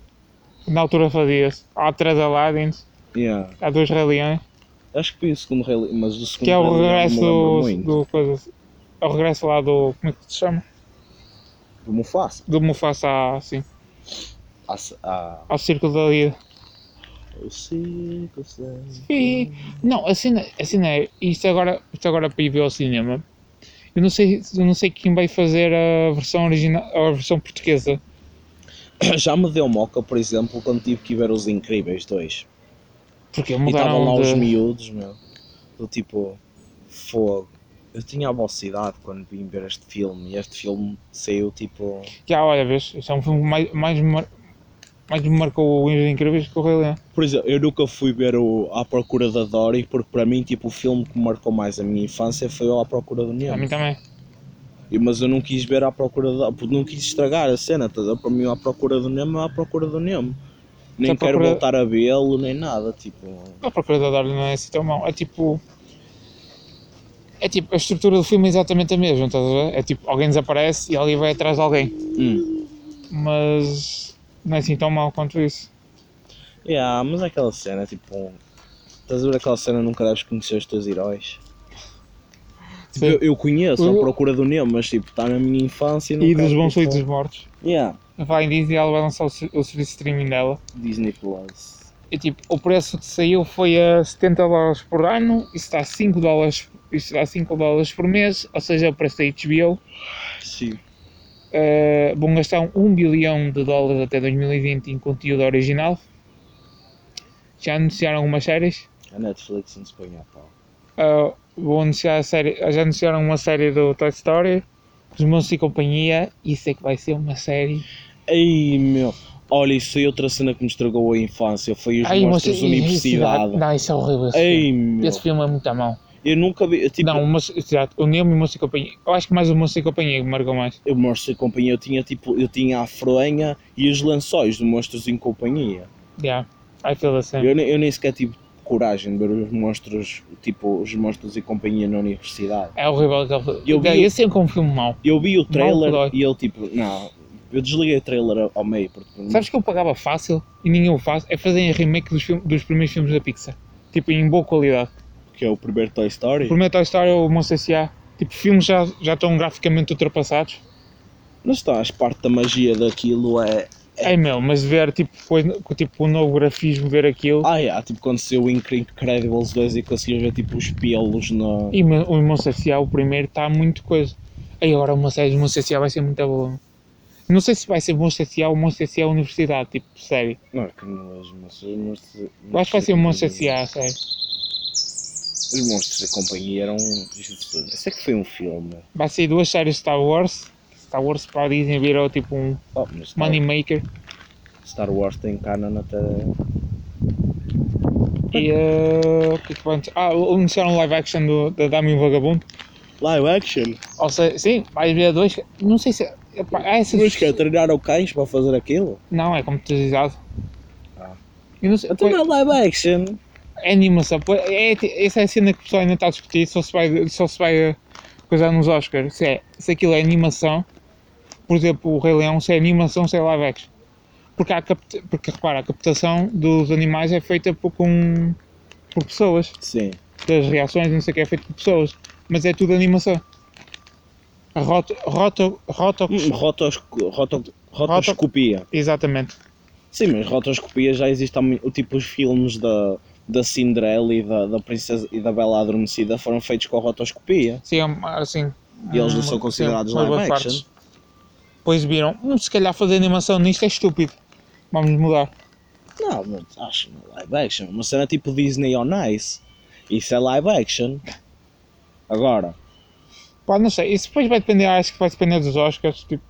Speaker 4: Na altura fazia-se. Há três Aladdins,
Speaker 3: Yeah.
Speaker 4: há dois Rei Leões.
Speaker 3: Acho que vi o segundo Rei Leão, mas o segundo
Speaker 4: Que é o
Speaker 3: Rei Leão
Speaker 4: regresso
Speaker 3: não me lembro
Speaker 4: do,
Speaker 3: muito.
Speaker 4: do coisa. É o regresso lá do. Como é que se chama?
Speaker 3: Do Mufasa.
Speaker 4: Do Mufasa assim,
Speaker 3: Ah, se- ah,
Speaker 4: ao Círculo da Lida.
Speaker 3: eu sei, eu sei.
Speaker 4: E- Não, a cena, a cena é. Isto agora, isto agora para ir ver ao cinema. Eu não, sei, eu não sei quem vai fazer a versão original, a versão portuguesa.
Speaker 3: Já me deu moca, por exemplo, quando tive que ir ver Os Incríveis 2.
Speaker 4: Porque
Speaker 3: E estavam lá
Speaker 4: mudaram
Speaker 3: os
Speaker 4: de...
Speaker 3: miúdos, meu. Do tipo, fogo. Eu tinha a vossa idade quando vim ver este filme. E este filme saiu tipo.
Speaker 4: Já, olha, vês, isso é um filme que mais, mais, me mar- mais me marcou o Os Incríveis que o Rei Leão.
Speaker 3: Por exemplo, eu nunca fui ver o A Procura da Dory, porque para mim, tipo, o filme que marcou mais a minha infância foi o A Procura do
Speaker 4: A
Speaker 3: Nemo.
Speaker 4: mim também.
Speaker 3: E- Mas eu não quis ver A Procura da porque não quis estragar a cena, estás a ver? Para mim, o A Procura do Nemo é A Procura do Nemo. Nem
Speaker 4: Só
Speaker 3: quero
Speaker 4: procura-
Speaker 3: voltar a vê-lo, nem nada, tipo...
Speaker 4: A procura da Darwin não é assim tão mau. É tipo. É tipo, a estrutura do filme é exatamente a mesma, estás a ver? É tipo, alguém desaparece e ali vai atrás de alguém.
Speaker 3: Hum.
Speaker 4: Mas. Não é assim tão mau quanto isso.
Speaker 3: Yeah, mas é aquela cena, tipo... Estás a ver aquela cena, nunca deves conhecer os teus heróis. Tipo,
Speaker 4: Sim.
Speaker 3: eu, eu conheço
Speaker 4: Eu-
Speaker 3: A Procura do Nemo, mas tipo, está na minha infância não
Speaker 4: E
Speaker 3: quero,
Speaker 4: dos bons e
Speaker 3: tipo...
Speaker 4: dos mortos.
Speaker 3: Yeah,
Speaker 4: Vai em Disney, ela vai lançar o, se- o serviço de streaming dela.
Speaker 3: Disney Plus.
Speaker 4: E tipo, o preço que saiu foi a 70 dólares por ano, isso dá 5 dólares, isso dá 5 dólares por mês, ou seja, é o preço da HBO.
Speaker 3: Sim.
Speaker 4: Uh, vão gastar 1 bilhão de dólares até 2020 em conteúdo original. Já anunciaram algumas séries.
Speaker 3: A Netflix em Espanha, pá.
Speaker 4: Uh, vou anunciar a série, já anunciaram uma série do Toy Story, Os Monstros e Companhia. Isso é que vai ser uma série.
Speaker 3: Ei, meu. Olha, isso foi outra cena que me estragou a infância. Foi os
Speaker 4: Ai,
Speaker 3: monstros da
Speaker 4: Monstros-
Speaker 3: universidade.
Speaker 4: Não, isso é horrível. Esse, filme.
Speaker 3: Ei, meu.
Speaker 4: Esse filme é muito à mão.
Speaker 3: Eu nunca vi. eu, Tipo,
Speaker 4: Não, o, Monstro- exato, o Nemo e o Monstros e Companhia. Eu acho que mais o Monstros e Companhia que marcou mais.
Speaker 3: eu monstros em companhia. Eu tinha, tipo, eu tinha a fronha e os lençóis de monstros em companhia.
Speaker 4: Yeah, I feel the same.
Speaker 3: Eu, nem- eu nem sequer tive coragem de ver os monstros, tipo, os monstros em companhia na universidade.
Speaker 4: É horrível aquele filme.
Speaker 3: Eu vi-
Speaker 4: Não, Esse é como um filme mau.
Speaker 3: Eu vi o trailer
Speaker 4: dói.
Speaker 3: e eu, tipo, não. Eu desliguei o trailer ao meio. Porque,
Speaker 4: Sabes que eu pagava fácil e ninguém o faz? É fazerem remake dos, filme- dos primeiros filmes da Pixar. Tipo, em boa qualidade.
Speaker 3: que é o primeiro Toy Story?
Speaker 4: Por meio Toy Story ou Monstro S.A. Tipo, filmes já, já estão graficamente ultrapassados.
Speaker 3: Não estás. Parte da magia daquilo é,
Speaker 4: É meu, mas ver tipo, coisa- tipo um novo grafismo, ver aquilo.
Speaker 3: Ah, é, tipo quando saiu o Incre- Incredibles 2 e conseguias ver tipo os pelos na.
Speaker 4: E me- o Monstro S.A. o primeiro está muito coisa. Aí agora uma série de Monstro S.A. vai ser muito boa. Não sei se vai ser Monstro S.A. ou Monstro S.A. Universidade, tipo, série.
Speaker 3: Não, é que não os monstros. os monstros-
Speaker 4: Eu acho que vai ser um Monstro S.A., sério.
Speaker 3: Os monstros da companhia eram. Isso é que foi um filme.
Speaker 4: Vai ser duas séries de Star Wars. Star Wars para a Disney virou tipo um
Speaker 3: Oh, mas Star,
Speaker 4: Moneymaker.
Speaker 3: Star Wars tem canon até.
Speaker 4: E eh, o que é que vai Ah, anunciaram um live action do, da Dami e o Vagabundo.
Speaker 5: Live action.
Speaker 4: Ou seja, sim, mais BA2. Não sei se. Epá, há essa
Speaker 3: Mas que é- treinaram cães para fazer aquilo?
Speaker 4: Não, é computadorizado. Eu não sei,
Speaker 3: Até
Speaker 4: pois,
Speaker 3: não é live action.
Speaker 4: é animação. pois, é, é- essa é a cena que o pessoal ainda está a discutir só se vai, só se vai eh, coisar nos Oscars. Se, é, se aquilo é animação, por exemplo, o Rei Leão, se é animação, se é live action. Porque, há capta- porque repara, a captação dos animais é feita por, com, por pessoas.
Speaker 3: Sim.
Speaker 4: das reações, não sei o que, é feito por pessoas, mas é tudo animação. A Roto, roto, roto,
Speaker 3: Hum, Rotosco, roto, rotoscopia.
Speaker 4: exatamente.
Speaker 3: Sim, mas rotoscopia já existe há mui- o tipo os filmes da, da Cinderela e da, da Princesa e da Bela Adormecida foram feitos com a rotoscopia.
Speaker 4: Sim, é um- assim.
Speaker 3: E eles não
Speaker 4: uma-
Speaker 3: são considerados
Speaker 4: uma
Speaker 3: live
Speaker 4: boa
Speaker 3: action?
Speaker 4: parte. Pois viram, "Hum, se calhar fazer animação nisto é estúpido. Vamos mudar.
Speaker 3: Não, não acho não é live action. Uma cena tipo Disney on Ice. Isso é live action. Agora,
Speaker 4: Pá, não sei, isso depois vai depender, acho que vai depender dos Oscars, tipo,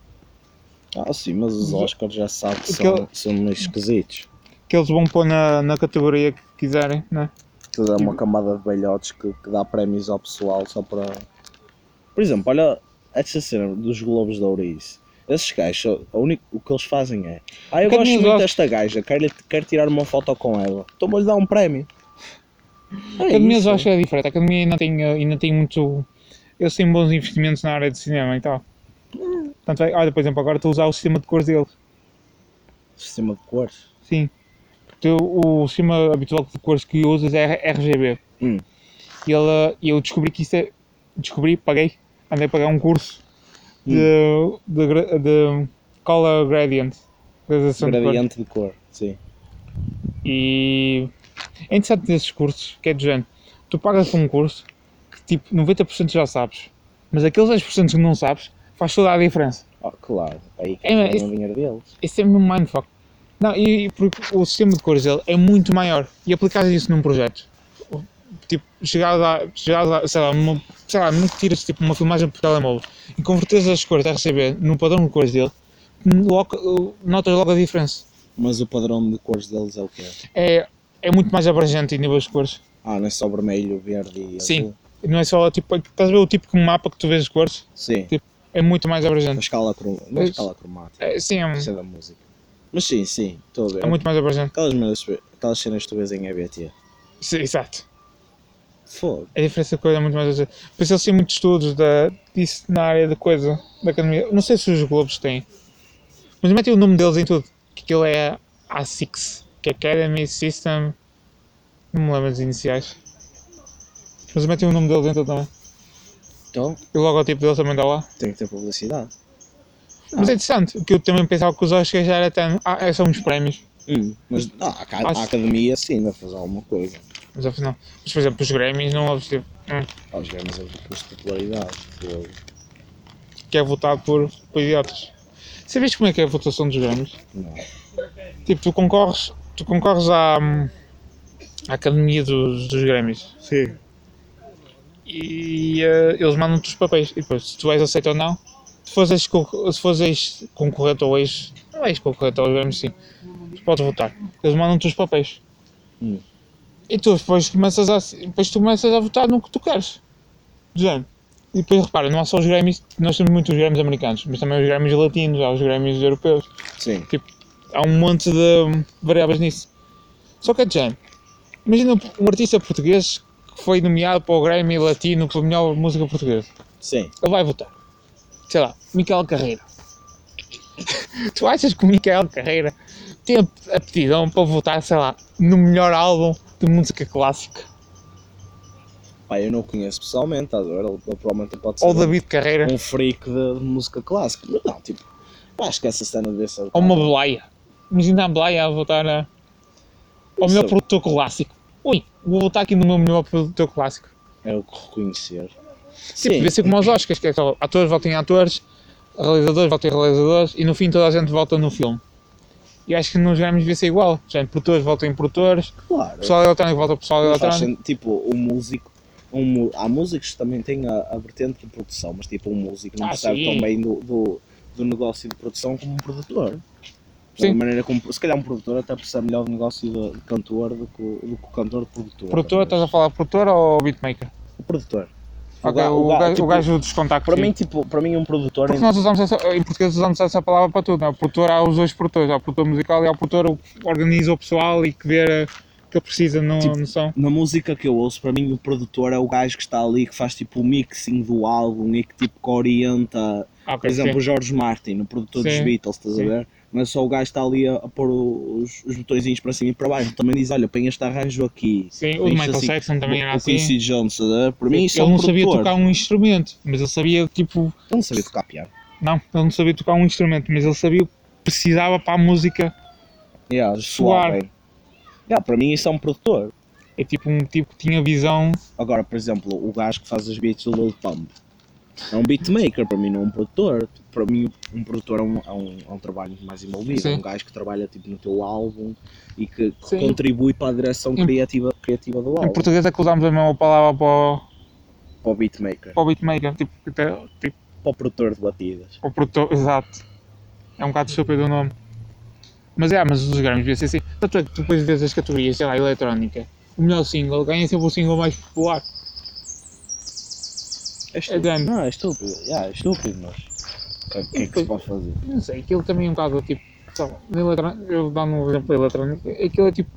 Speaker 3: ah sim, mas os Oscars já sabem que
Speaker 4: Aquele-
Speaker 3: são, são meio esquisitos.
Speaker 4: que eles vão pôr na, na categoria que quiserem, né?
Speaker 3: Que dá é uma camada de velhotes que, que dá prémios ao pessoal só para. Por exemplo, olha essa cena dos Globos de Ouro e isso. Esses gajos, só- a única- o que eles fazem é. Ah, eu
Speaker 4: Porque
Speaker 3: gosto
Speaker 4: nem
Speaker 3: muito
Speaker 4: gosto."
Speaker 3: desta gaja, quero, quero tirar uma foto com ela. Então vou-lhe dar um prémio. É
Speaker 4: A academia dos
Speaker 3: isso.
Speaker 4: Oscars é diferente, a academia ainda tem, eh, ainda tem muito. Eles têm bons investimentos na área de cinema e tal.
Speaker 3: Hum.
Speaker 4: Tanto é, olha, por exemplo, agora estou a usar o sistema de cores deles.
Speaker 3: Sistema de cores.
Speaker 4: Sim. Porque o sistema habitual de cores que usas é RGB.
Speaker 3: Hum.
Speaker 4: E ele, e eu descobri que isso é. Descobri, paguei. Andei a pagar um curso de, de, gra- de color gradient. Gradação de cor.
Speaker 3: Gradiente de cor. Sim.
Speaker 4: E é interessante nesses cursos, que é do género. Tu pagas por um curso que tipo 90% já sabes, mas aqueles 10% que não sabes faz toda a diferença.
Speaker 3: Oh, claro, aí que
Speaker 4: É, mas
Speaker 3: é,
Speaker 4: isso-
Speaker 3: o dinheiro deles.
Speaker 4: Isso é mesmo mindfuck. Não, e, e porque o sistema de cores dele é muito maior. E aplicar isso num projeto, tipo, chegar lá, chegar lá sei lá, numa, sei lá, nunca tiras tipo, uma filmagem por telemóvel e converteres as cores da RCB no padrão de cores dele, logo- notas logo a diferença.
Speaker 3: Mas o padrão de cores deles é o quê?
Speaker 4: É, é muito mais abrangente em níveis de cores.
Speaker 3: Ah, não é só vermelho, verde e
Speaker 4: Sim.
Speaker 3: azul?
Speaker 4: Não é só tipo, estás a ver o tipo de mapa que tu vês de cores?
Speaker 3: Sim.
Speaker 4: É muito mais
Speaker 3: Na
Speaker 4: abrangente.
Speaker 3: escala, cro... na
Speaker 4: Pois.
Speaker 3: escala cromática.
Speaker 4: É, sim, é,
Speaker 3: Isso é da música. Mas sim, sim, estou a ver.
Speaker 4: é muito mais abrangente.
Speaker 3: Aquelas, merdas- aquelas cenas que tu vês em EBT.
Speaker 4: Sim, exato.
Speaker 3: Fogo.
Speaker 4: A diferença de coisa é muito mais. Por isso eles têm muitos estudos da, disso na área da coisa, da academia. Não sei se os Globos têm, mas metem o nome deles em tudo. Que aquilo é A6, que é Academy System. Não me lembro dos iniciais. Mas metem o nome deles em tudo também.
Speaker 3: Então,
Speaker 4: E o logotipo deles também dá lá.
Speaker 3: tem que ter publicidade.
Speaker 4: Mas é interessante, que eu também pensava que os Oscars já era tão. Ah, é, são uns prémios.
Speaker 3: Hum, mas ah, a, ca-
Speaker 4: Acho-
Speaker 3: a academia sim vai fazer alguma coisa.
Speaker 4: Mas afinal. Mas por exemplo, os Grammys não houve tipo. hum,
Speaker 3: Ah, Os games é de popularidade. Fogo.
Speaker 4: Que é votado por, por idiotas. Sabes como é que é a votação dos Grammys?
Speaker 3: Não.
Speaker 4: Tipo, tu concorres, tu concorres à, à academia dos, dos Grammys. Sim. E eh, eles mandam-te os papéis. E depois, se tu és aceito ou não, se fores ex-concor- se fores ex-concorrente ou ex... Não és concorrente aos Grammys, sim. Tu podes votar. Eles mandam-te os papéis.
Speaker 3: Hum.
Speaker 4: E tu depois começas, a, depois tu começas a votar no que tu queres. Do género. E depois repara, não há só os Grammys, nós temos muitos Grammys americanos, mas também os Grammys latinos, há os Grammys europeus
Speaker 3: Sim.
Speaker 4: há um monte de variáveis nisso. Só que é de género. Imagina um artista português que foi nomeado para o Grammy Latino para a melhor música portuguesa.
Speaker 3: Sim.
Speaker 4: Ele vai votar. Sei lá, Miquel Carreira. tu achas que o Miquel Carreira tem a- a petidão para votar, sei lá, no melhor álbum de música clássica?
Speaker 3: Pá, eu não o conheço pessoalmente, estás a ver? Ele, ele provavelmente pode ser
Speaker 4: Ou
Speaker 3: um-
Speaker 4: David Carreira?
Speaker 3: um freak de, de música clássica. Mas não, tipo, eu acho que essa cena deve ser. é
Speaker 4: Ou uma Blaia? Imagina a Blaia a votar a... ao
Speaker 3: Isso.
Speaker 4: melhor produtor clássico. Ui, vou votar aqui no meu melhor produtor clássico.
Speaker 3: É o que reconhecer.
Speaker 4: Tipo, devia ser como aos Oscars, que é só atores votam em atores, realizadores votam em realizadores e no fim toda a gente volta no filme. E acho que nos Grammys devia ser igual. Gente, produtores votam em produtores,
Speaker 3: claro.
Speaker 4: pessoal eletrónico vota por pessoal
Speaker 3: Não faz
Speaker 4: eletrónico.
Speaker 3: sentido, tipo, o músico. um mu- há músicos que também têm a, a vertente de produção, mas tipo, um músico não
Speaker 4: Ah,
Speaker 3: percebe
Speaker 4: sim.
Speaker 3: tão bem do, do, do negócio de produção como um produtor. De
Speaker 4: Sim.
Speaker 3: maneira como, se calhar um produtor até percebe melhor o negócio do de cantor do que, o- do que o cantor de produtor.
Speaker 4: Produtor, estás a falar produtor ou beatmaker?
Speaker 3: O produtor.
Speaker 4: Ok,
Speaker 3: ga-
Speaker 4: o
Speaker 3: ga-
Speaker 4: gajo,
Speaker 3: tipo,
Speaker 4: o gajo dos contactos.
Speaker 3: Para
Speaker 4: sim.
Speaker 3: mim, tipo, para mim um produtor...
Speaker 4: Porque nós usamos essa, em português usamos essa palavra para tudo, não é? O produtor há os dois produtores, há o produtor musical e há o produtor que organiza o pessoal e que vê eh, o que ele precisa no,
Speaker 3: Tipo,
Speaker 4: no som.
Speaker 3: na música que eu ouço, para mim o produtor é o gajo que está ali, que faz tipo o mixing do álbum e que tipo que orienta,
Speaker 4: Ah,
Speaker 3: por
Speaker 4: ok,
Speaker 3: exemplo,
Speaker 4: sim.
Speaker 3: o George Martin, o produtor dos
Speaker 4: Sim.
Speaker 3: Beatles, estás
Speaker 4: Sim.
Speaker 3: a ver? Não é só o gajo que está ali a, a pôr os, os botõezinhos para cima e para baixo, também diz, olha, põe este arranjo aqui.
Speaker 4: Sim, o
Speaker 3: Isto
Speaker 4: de Michael
Speaker 3: assim,
Speaker 4: Jackson também
Speaker 3: o-
Speaker 4: era
Speaker 3: o
Speaker 4: assim.
Speaker 3: Quincy Jones, estás a ver? Para mim isso é
Speaker 4: ele
Speaker 3: um
Speaker 4: não sabia
Speaker 3: produtor.
Speaker 4: tocar um instrumento, mas ele sabia, tipo,
Speaker 3: Ele não sabia tocar piano.
Speaker 4: não, ele não sabia tocar um instrumento, mas ele sabia o que precisava para a música.
Speaker 3: Yeah,
Speaker 4: Suar.
Speaker 3: suar. bem. Yeah, para mim isso é um produtor.
Speaker 4: É tipo um tipo que tinha visão.
Speaker 3: Agora, por exemplo, o gajo que faz os beats do Lil Pump é um beatmaker, para mim não é um produtor. Para mim, um produtor é um, é um, é um trabalho muito mais envolvido. É
Speaker 4: Sim.
Speaker 3: um gajo que trabalha tipo, no teu álbum e que que
Speaker 4: Sim.
Speaker 3: contribui para a direção
Speaker 4: Em-
Speaker 3: criativa, criativa do álbum.
Speaker 4: Em português é que usamos a mesma palavra para o,
Speaker 3: Para o beatmaker,
Speaker 4: para o beatmaker, tipo, até, tipo,
Speaker 3: para o produtor de batidas.
Speaker 4: para o produtor, exato. É um bocado estúpido o nome. Mas é, mas os Grammys devia ser assim. Tanto é que tu depois vês as categorias, sei lá, eletrónica. O melhor single ganha sempre o single mais popular.
Speaker 3: É
Speaker 4: dano.
Speaker 3: Não, é estúpido. Yeah, é estúpido, mas. O que é que se pode fazer?
Speaker 4: Não sei, aquilo também é um bocado tipo. sei lá, na eletrónica, eu vou dar um exemplo da eletrónica. Aquilo é tipo.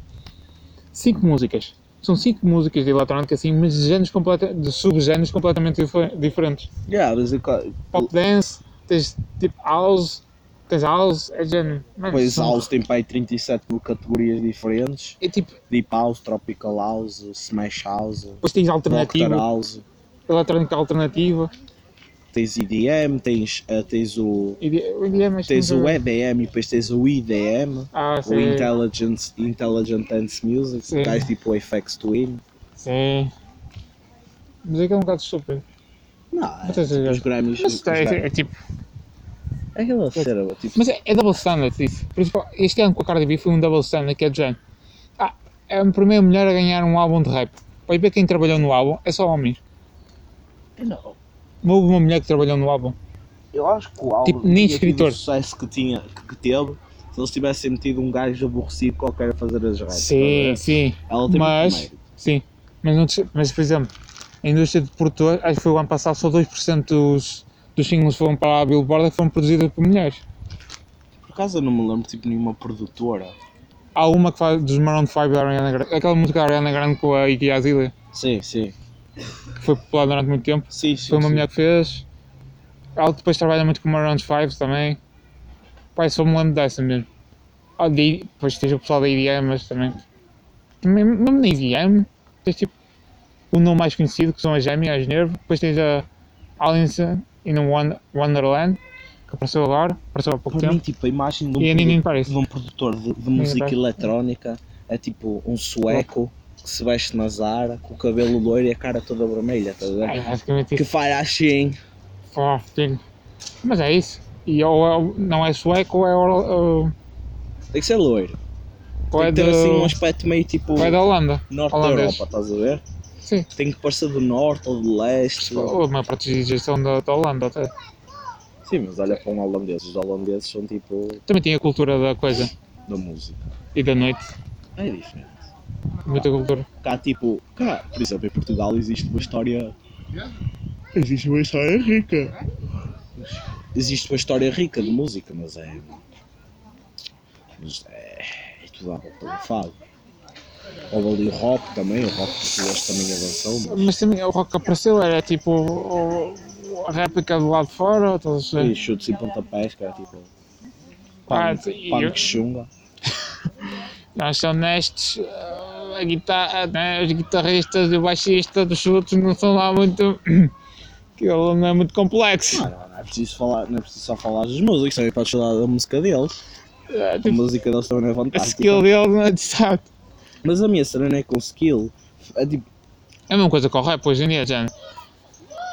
Speaker 4: cinco músicas. São cinco músicas de eletrónica assim, mas de, géneros completa, de subgéneros completamente dife- diferentes.
Speaker 3: Yeah, mas, eu co-
Speaker 4: Pop dance, tens tipo house, tens house, é género. Mano,
Speaker 3: pois
Speaker 4: são-
Speaker 3: House tem para aí 37 mil categorias diferentes:
Speaker 4: É tipo,
Speaker 3: Deep House, Tropical House, Smash House,
Speaker 4: depois tens
Speaker 3: Doctor
Speaker 4: alternativo,
Speaker 3: House.
Speaker 4: eletrónica alternativa.
Speaker 3: tens EDM, tens, eh, tens o
Speaker 4: E de- e de- mas
Speaker 3: tens o
Speaker 4: tens-
Speaker 3: EDM e depois tens o IDM,
Speaker 4: é Ah,
Speaker 3: o
Speaker 4: Uhum. sim.
Speaker 3: Intelligent, Intelligent Dance Music,
Speaker 4: Sim.
Speaker 3: tens tipo o FX Twin.
Speaker 4: Sim. Mas é que é um bocado estúpido.
Speaker 3: Não, é,
Speaker 4: Mas tens-
Speaker 3: os Grammys.
Speaker 4: Mas
Speaker 3: os
Speaker 4: isto é,
Speaker 3: Grammys-
Speaker 4: é tipo.
Speaker 3: é aquela cena, tipo,
Speaker 4: Mas é, é double standard isso. Por exemplo, este ano com a Cardi B foi um double standard que é do género. Ah, é a primeira mulher a ganhar um álbum de rap. Vai ver quem trabalhou no álbum, é só homens.
Speaker 3: não,
Speaker 4: Não houve uma mulher que trabalhou no álbum.
Speaker 3: eu acho que o álbum
Speaker 4: Tipo,
Speaker 3: tinha
Speaker 4: nem
Speaker 3: tido
Speaker 4: escritor.
Speaker 3: o sucesso que, tinha, que, que teve se eles tivessem metido um gajo aborrecido qualquer a fazer as redes.
Speaker 4: Sim, sim,
Speaker 3: Ela tem
Speaker 4: mas-
Speaker 3: muito mérito.
Speaker 4: sim. Mas, não te- mas, por exemplo, a indústria de produtor, acho que foi o ano passado, só 2% dos, dos singles foram para a Billboard que foram produzidos por mulheres.
Speaker 3: Por acaso eu não me lembro tipo nenhuma produtora.
Speaker 4: Há uma que faz dos Maroon 5 da Ariana Grande, aquela música da Ariana Grande com a Iggy Azalea,
Speaker 3: Sim, sim.
Speaker 4: que foi popular durante muito tempo.
Speaker 3: Sim, sim.
Speaker 4: Foi uma
Speaker 3: sim.
Speaker 4: mulher que fez. Ela depois trabalha muito com Maroon 5 também. Pai, só me lembro dessa mesmo. Ah, de, depois tens o pessoal da IDM, mas também. também mesmo na IDM, tens tipo o nome mais conhecido, que são as Gêmeas, as Nervo. Depois tens a Alice in Won- Wonderland, que apareceu agora, apareceu há pouco
Speaker 3: Para mim,
Speaker 4: tempo.
Speaker 3: tipo, a imagem de um,
Speaker 4: E a
Speaker 3: produ-
Speaker 4: Ninin Paris.
Speaker 3: de um produtor de, de música
Speaker 4: Paris.
Speaker 3: eletrónica é tipo um sueco que se veste na Zara, com o cabelo loiro e a cara toda vermelha, estás a ver?
Speaker 4: É basicamente
Speaker 3: Que
Speaker 4: isso.
Speaker 3: faz assim.
Speaker 4: Pô, filho. Mas é isso. E ou é- não é sueco ou é, ou,
Speaker 3: Tem que ser loiro.
Speaker 4: ou é,
Speaker 3: Tem que
Speaker 4: de,
Speaker 3: ter assim um aspecto meio tipo
Speaker 4: ou é da Holanda.
Speaker 3: norte da
Speaker 4: holandês.
Speaker 3: Europa, estás a ver?
Speaker 4: Sim.
Speaker 3: Tem que parecer do norte ou do leste.
Speaker 4: Ou uma protegição da, da Holanda até.
Speaker 3: Sim, mas olha para um holandês. Os holandeses são tipo
Speaker 4: Também tem a cultura da coisa
Speaker 3: da música.
Speaker 4: e da noite,
Speaker 3: É diferente.
Speaker 4: muita cultura.
Speaker 3: Cá, tipo, cá, por exemplo, em Portugal existe uma história. Existe uma história rica. Existe uma história rica de música, mas é. Mas é. É tudo à volta do fado. Houve ali o rock também, o rock português também avançou, mas.
Speaker 4: Mas também o rock que apareceu era tipo o- o- a réplica do lado de fora, todos
Speaker 3: E
Speaker 4: os
Speaker 3: chutes e pontapés, cara, tipo.
Speaker 4: Ah,
Speaker 3: Punk,
Speaker 4: e eu-
Speaker 3: punk chunga.
Speaker 4: Nós são honestos, ah, a guitarra, né, os guitarristas e o baixista dos chutes não são lá muito. Aquilo não é muito complexo.
Speaker 3: Ah, não, não é preciso falar, não é preciso só falar dos músicos, também podes falar da música deles.
Speaker 4: Ah,
Speaker 3: A
Speaker 4: tipo,
Speaker 3: música deles também é
Speaker 4: a
Speaker 3: fantástica.
Speaker 4: skill deles não é de sabe.
Speaker 3: Mas a minha cena não é com skill. É tipo,
Speaker 4: É a mesma coisa com o rap hoje em dia, Jane.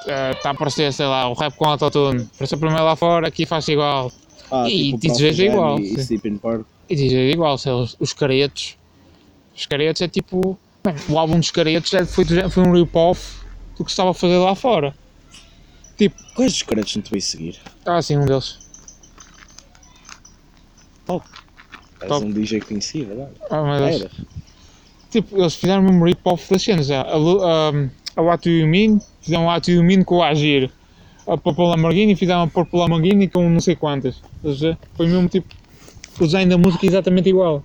Speaker 4: Está a aparecer, sei lá, o rap com autotune. Apareceu primeiro lá fora, aqui faz igual.
Speaker 3: Ah,
Speaker 4: E
Speaker 3: tipo,
Speaker 4: DJs é
Speaker 3: Pearl Jam
Speaker 4: igual,
Speaker 3: E,
Speaker 4: sim.
Speaker 3: e Sleeping Bird.
Speaker 4: E diz, é igual, sei lá, os- os caretos. Os caretos é tipo. bem, o álbum dos caretos é- foi, foi um rip-off do que se estava a fazer lá fora.
Speaker 3: Quais
Speaker 4: Tá, assim, um
Speaker 3: dos caretos não te vi seguir?
Speaker 4: Ah, sim, um deles.
Speaker 3: És
Speaker 4: Top.
Speaker 3: um DJ conhecido, lá.
Speaker 4: Ah, meu Deus.
Speaker 3: Era.
Speaker 4: Tipo, eles fizeram mesmo rip-off das cenas. Já. A, Lu- ahm, a What Do You Mean, fizeram a What Do You Mean com o Agir. A Purple Lamborghini, fizeram a Purple Lamborghini com não sei quantas. Estás a ver? Foi mesmo tipo, o design da música é exatamente igual.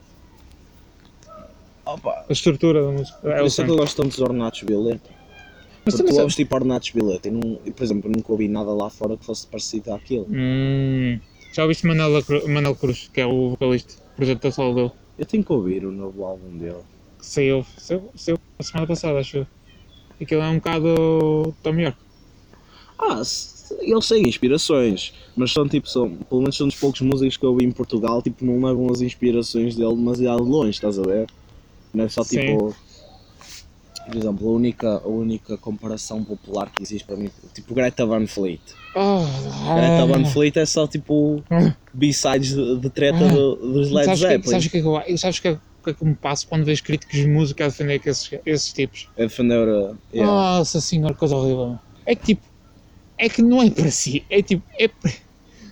Speaker 3: Opa,
Speaker 4: A estrutura da música. É
Speaker 3: por isso
Speaker 4: o
Speaker 3: é
Speaker 4: som.
Speaker 3: que eu gosto tanto dos ornatos violeta. Mas
Speaker 4: Mas tu
Speaker 3: tu
Speaker 4: não
Speaker 3: ouves tipo ornatos violeta e, não, e, por exemplo, nunca ouvi nada lá fora que fosse parecido àquilo.
Speaker 4: Hum, já ouviste Manela Cru- Manel Cruz, que é o vocalista, projeto da solo dele.
Speaker 3: Eu tenho que ouvir o novo álbum dele.
Speaker 4: Que saiu, saiu, saiu a semana passada, acho eu. Aquilo é um bocado. Tom York.
Speaker 3: Ah, se- ele segue inspirações, mas são tipo, são, pelo menos são dos poucos músicos que eu ouvi em Portugal, tipo, não levam as inspirações dele demasiado longe, estás a ver? Não é só
Speaker 4: Sim.
Speaker 3: tipo. Por exemplo, a única, a única comparação popular que existe para mim, tipo Greta Van Fleet.
Speaker 4: Oh,
Speaker 3: Greta Van Fleet é só tipo
Speaker 4: Ah.
Speaker 3: B-sides de, de treta
Speaker 4: Ah.
Speaker 3: do- dos Led
Speaker 4: sabes o que-
Speaker 3: Zeppelin.
Speaker 4: Sabes o que, é que eu acho? Sabes o que, é- o que é que me passo quando vejo críticos de música a defender que esses, esses tipos?
Speaker 3: A defender a- yeah.
Speaker 4: Nossa senhora, coisa horrível. meu. É que tipo. É que não é para si. É tipo. É, pa-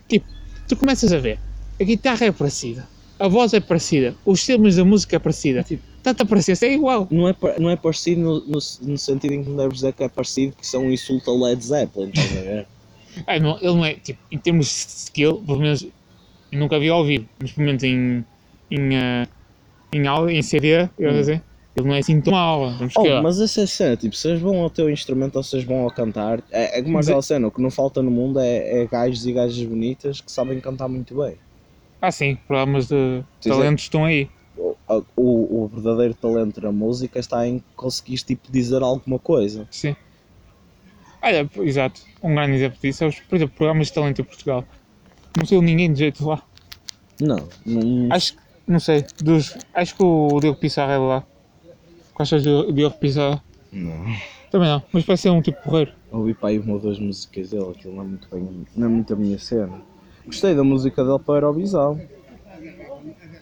Speaker 4: tipo, tu começas a ver. A guitarra é parecida. A voz é parecida. Os temas da música é parecida. Tipo, tanto a parecer, é igual.
Speaker 3: Não, é, par- não é parecido no, no, no sentido em que não deves dizer que é parecido, que são insulto a Led Zeppelin, estás a ver?
Speaker 4: Ah, não, ele não é, tipo, em termos de skill, pelo menos eu nunca vi ao vivo, mas pelo menos em, em, eh, em aula, em CD, eu
Speaker 3: Hum.
Speaker 4: dizer, ele não é assim tão mal. Vamos
Speaker 3: Oh,
Speaker 4: que lá.
Speaker 3: mas essa é a cena, tipo, sejas bom ao teu instrumento ou sejas bom ao cantar, é, é como
Speaker 4: Mas
Speaker 3: aquela cena, o que não falta no mundo é, é gajos e gajas bonitas que sabem cantar muito bem.
Speaker 4: Ah, sim, problemas de
Speaker 3: Sim,
Speaker 4: talentos estão aí.
Speaker 3: O, a- o, o verdadeiro talento na música está em conseguires, tipo, dizer alguma coisa.
Speaker 4: Sim. Olha, p- exato, um grande exemplo disso é os, por exemplo, programas de talento em Portugal. Não saiu ninguém de jeito lá.
Speaker 3: Não, não
Speaker 4: Acho que, não sei, dos, acho que o Diogo Pissarro é de lá. Gostas do Diogo Pissarro?
Speaker 3: não.
Speaker 4: Também não, mas parece ser um tipo porreiro.
Speaker 3: Ouvi para aí uma ou duas músicas dele, aquilo não é muito bem, não é muito a minha cena. Gostei da música dele para a Eurovisão.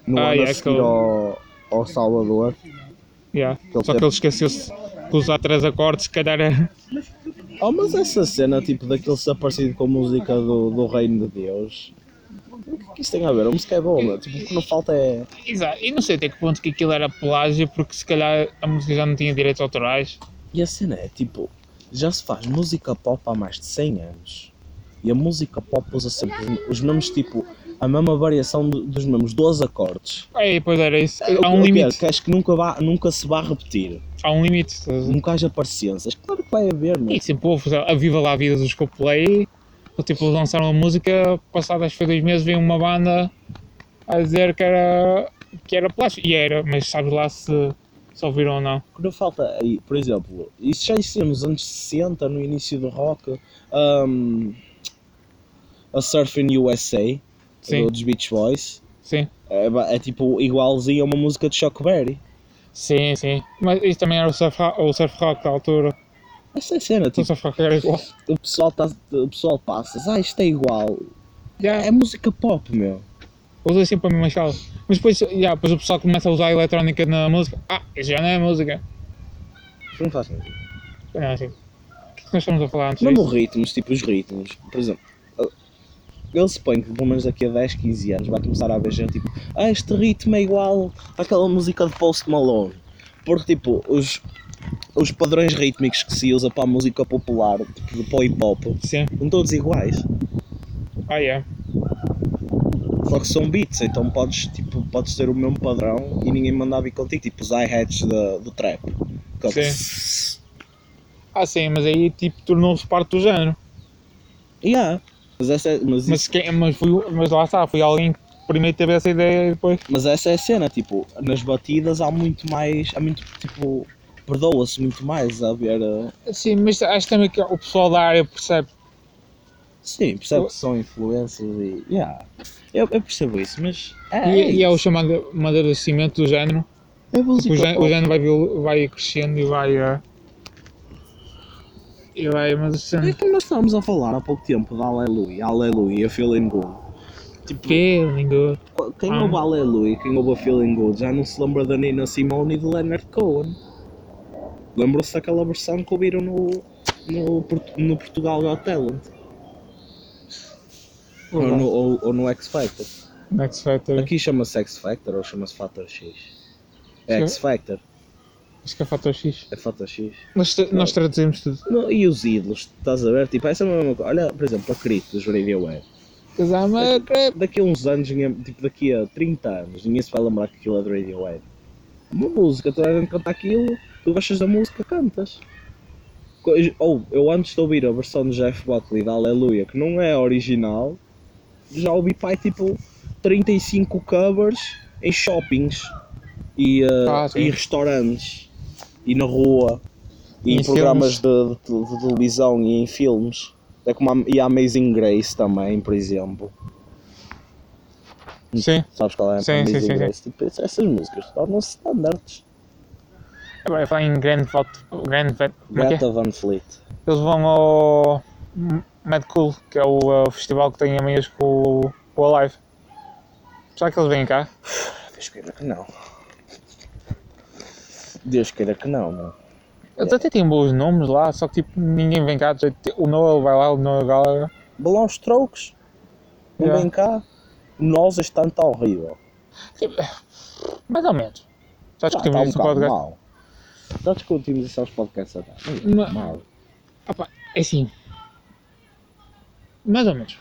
Speaker 3: No
Speaker 4: Ah,
Speaker 3: ano
Speaker 4: é
Speaker 3: a seguir
Speaker 4: aquele-
Speaker 3: ao, ao Salvador.
Speaker 4: Yeah.
Speaker 3: Aquele
Speaker 4: Só que
Speaker 3: tempo-
Speaker 4: ele esqueceu-se de usar três acordes, se calhar era.
Speaker 3: Oh, mas essa cena, tipo, daquele ser parecido com a música do, do Reino de Deus. O que é que isso tem a ver? A música é boa, meu. tipo, o que não falta é.
Speaker 4: Exato, e não sei até que ponto que aquilo era plágio, porque se calhar a música já não tinha direitos autorais.
Speaker 3: E a cena é, tipo, já se faz música pop há mais de 100 anos. E a música pop usa sempre os, os mesmos, tipo, a mesma variação do- dos mesmos 12 acordes.
Speaker 4: É, pois era isso.
Speaker 3: O que
Speaker 4: Há
Speaker 3: eu
Speaker 4: um
Speaker 3: quero,
Speaker 4: limite,
Speaker 3: Que acho que nunca, vá, nunca se vai repetir.
Speaker 4: há um limite. estás a ver?
Speaker 3: Nunca haja parecenças. Claro que vai haver,
Speaker 4: E assim,
Speaker 3: mas.
Speaker 4: sempre houve a Viva Lá a Vida dos Coldplay, ou tipo, eles lançaram a música, passado acho que foi dois meses, veio uma banda a dizer que era, que era plágio. E era, mas sabes lá se, se ouviram ou não.
Speaker 3: O que não falta eh, aí, por exemplo, isso já existia nos anos 60, no início do rock. hum, a Surfing USA,
Speaker 4: Sim,
Speaker 3: dos Beach Boys.
Speaker 4: sim.
Speaker 3: É, ba- é tipo igualzinho a uma música de Chuck Berry.
Speaker 4: Sim, sim. Mas isso também era o surf, rock- o surf rock da altura.
Speaker 3: Essa é a cena,
Speaker 4: O
Speaker 3: tipo,
Speaker 4: surf rock era igual.
Speaker 3: o pessoal, tá, o pessoal passa, ah, isto é igual.
Speaker 4: Yeah.
Speaker 3: É música pop, meu.
Speaker 4: Usa sempre a mesma escala. Mas depois, já, depois o pessoal começa a usar a eletrónica na música. Ah, isso já não é música.
Speaker 3: Não faz sentido.
Speaker 4: Não, assim. O que é que nós estamos a falar antes
Speaker 3: Mesmo
Speaker 4: disso?
Speaker 3: ritmos, tipo os ritmos. Por exemplo, eu- eu suponho que pelo menos daqui a 10, 15 anos vai começar a haver gente tipo, ah, este ritmo é igual àquela música de Post Malone. Porque tipo, os, os padrões rítmicos que se usa para a música popular, tipo do hip hop,
Speaker 4: Sim.
Speaker 3: são todos iguais.
Speaker 4: Ah, yeah.
Speaker 3: Só que são beats, então podes, tipo, podes ter o mesmo padrão e ninguém manda a vir contigo, tipo os hi-hats da- do trap. Que-
Speaker 4: Ah, sim, mas aí tipo tornou-se parte do género.
Speaker 3: Yeah. Mas, essa, é- mas
Speaker 4: Mas, quem, mas, foi, mas lá está, foi alguém que primeiro teve essa ideia e depois.
Speaker 3: Mas essa é a cena, tipo, nas batidas há muito mais, há muito, tipo, perdoa-se muito mais a ver, uh,
Speaker 4: Sim, mas acho também que o pessoal da área percebe.
Speaker 3: sim, percebe que são influências e, yeah, eu, eu percebo isso, mas é,
Speaker 4: e, e é
Speaker 3: isso.
Speaker 4: o chamado amadurecimento do género.
Speaker 3: é música
Speaker 4: O gé-
Speaker 3: pop.
Speaker 4: o género vai, viol- vai crescendo e vai. eh, e vai
Speaker 3: É
Speaker 4: amadurecendo.
Speaker 3: como nós estávamos a falar há pouco tempo da Aleluia, Aleluia, Feeling Good. Tipo,
Speaker 4: Feeling good.
Speaker 3: qu- quem
Speaker 4: Ah.
Speaker 3: ouve Aleluia, quem ouve a Feeling Good já não se lembra da Nina Simone e de Leonard Cohen. Lembram-se daquela versão que ouviram no, no, Port- no Portugal Got Talent, ou no, ou, ou no X Factor.
Speaker 4: Next Factor.
Speaker 3: Aqui chama-se X Factor ou chama-se Fator X? É
Speaker 4: Sim.
Speaker 3: X Factor?
Speaker 4: Acho que é Fator X.
Speaker 3: É Fator X?
Speaker 4: Nós, tra- nós traduzimos tudo.
Speaker 3: Não, e os ídolos, estás a ver? Tipo, essa é a mesma coisa. Olha, por exemplo, a Crit do Juraria Web. É
Speaker 4: Kazama, crepe.
Speaker 3: Daqui a uns anos, ninguém- tipo, daqui a 30 anos, ninguém se vai lembrar que aquilo é do Radiohead. Uma música, toda a gente canta aquilo, tu gostas da música, cantas. Co- Ou eu antes de ouvir a versão do Jeff Buckley da Aleluia, que não é a original, já ouvi pai tipo 35 covers em shoppings e, uh,
Speaker 4: Ah, sim.
Speaker 3: e restaurantes e na rua e
Speaker 4: E
Speaker 3: em,
Speaker 4: em
Speaker 3: programas de, de- de televisão e em filmes. É como a, e a Amazing Grace também, por exemplo.
Speaker 4: Sim.
Speaker 3: Sabes qual é?
Speaker 4: Sim,
Speaker 3: a
Speaker 4: sim,
Speaker 3: Amazing
Speaker 4: sim, sim.
Speaker 3: Grace? Tipo, essas músicas tornam-se standards.
Speaker 4: Agora falar em Grand Voto. Grand Vet. Como é que é?
Speaker 3: Greta Van Fleet.
Speaker 4: Eles vão ao Mad Cool, que é o, eh, festival que tem amanhã com o, com o Alive. Será que eles vêm cá?
Speaker 3: Deus queira que não. Deus queira que não, meu.
Speaker 4: Eles até têm bons nomes lá, só que tipo, ninguém vem cá. de jeito nenhum. O Noel vai lá, o Noel Gallagher.
Speaker 3: Balão aos trocos. Não
Speaker 4: Yeah.
Speaker 3: vem cá. Nós este ano está horrível.
Speaker 4: Tipo, Mais ou menos.
Speaker 3: Já está
Speaker 4: Já discutimos
Speaker 3: um
Speaker 4: isso no
Speaker 3: bocado
Speaker 4: podcast.
Speaker 3: mal. Já discutimos isso aos podcasts a dar.
Speaker 4: Ma-
Speaker 3: Mal.
Speaker 4: Opa, é assim. Mais ou menos.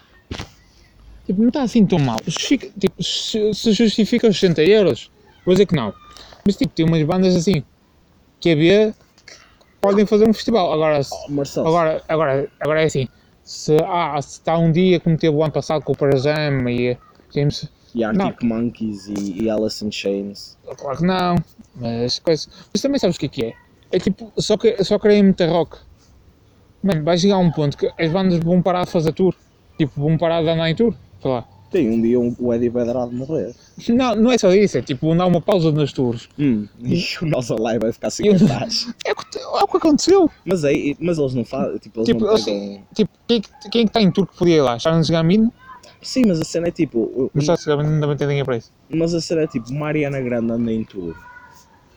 Speaker 4: Tipo, não está assim tão mal. Justifica- tipo, se, se justifica os 60 euros, vou dizer que não. Mas tipo, tem umas bandas assim que é B que podem fazer um festival. Agora, se-
Speaker 3: Oh, Marcelo,
Speaker 4: agora, agora, agora é assim. Se, ah, se está um dia como teve o ano passado com o Parajam e James.
Speaker 3: e
Speaker 4: não.
Speaker 3: Arctic Monkeys e, e Alice in Chains.
Speaker 4: Claro que não. Mas, coisa. mas também sabes o que é que é? É tipo, só, que, só querem meter rock. Mano, vai chegar a um ponto que as bandas vão parar de fazer tour. Tipo, vão parar de andar em tour. Sei lá.
Speaker 3: Tem um dia um, o Eddie vai dar de morrer.
Speaker 4: Não, não é só isso. É tipo, vão dar uma pausa nas tours.
Speaker 3: Hum. E o nosso live vai ficar sem
Speaker 4: Eu-
Speaker 3: cartaz.
Speaker 4: É, o que- é o que aconteceu.
Speaker 3: Mas, é, mas eles não fazem. Tipo, eles
Speaker 4: Tipo,
Speaker 3: não
Speaker 4: eles-
Speaker 3: pegam.
Speaker 4: Tipo, quem, quem está em tour que podia ir lá? Charles Gambino?
Speaker 3: Sim, mas a cena é tipo. o-
Speaker 4: Mas Charles Gambino também tem dinheiro para isso.
Speaker 3: Mas a cena é tipo, Mariana Grande anda em tour.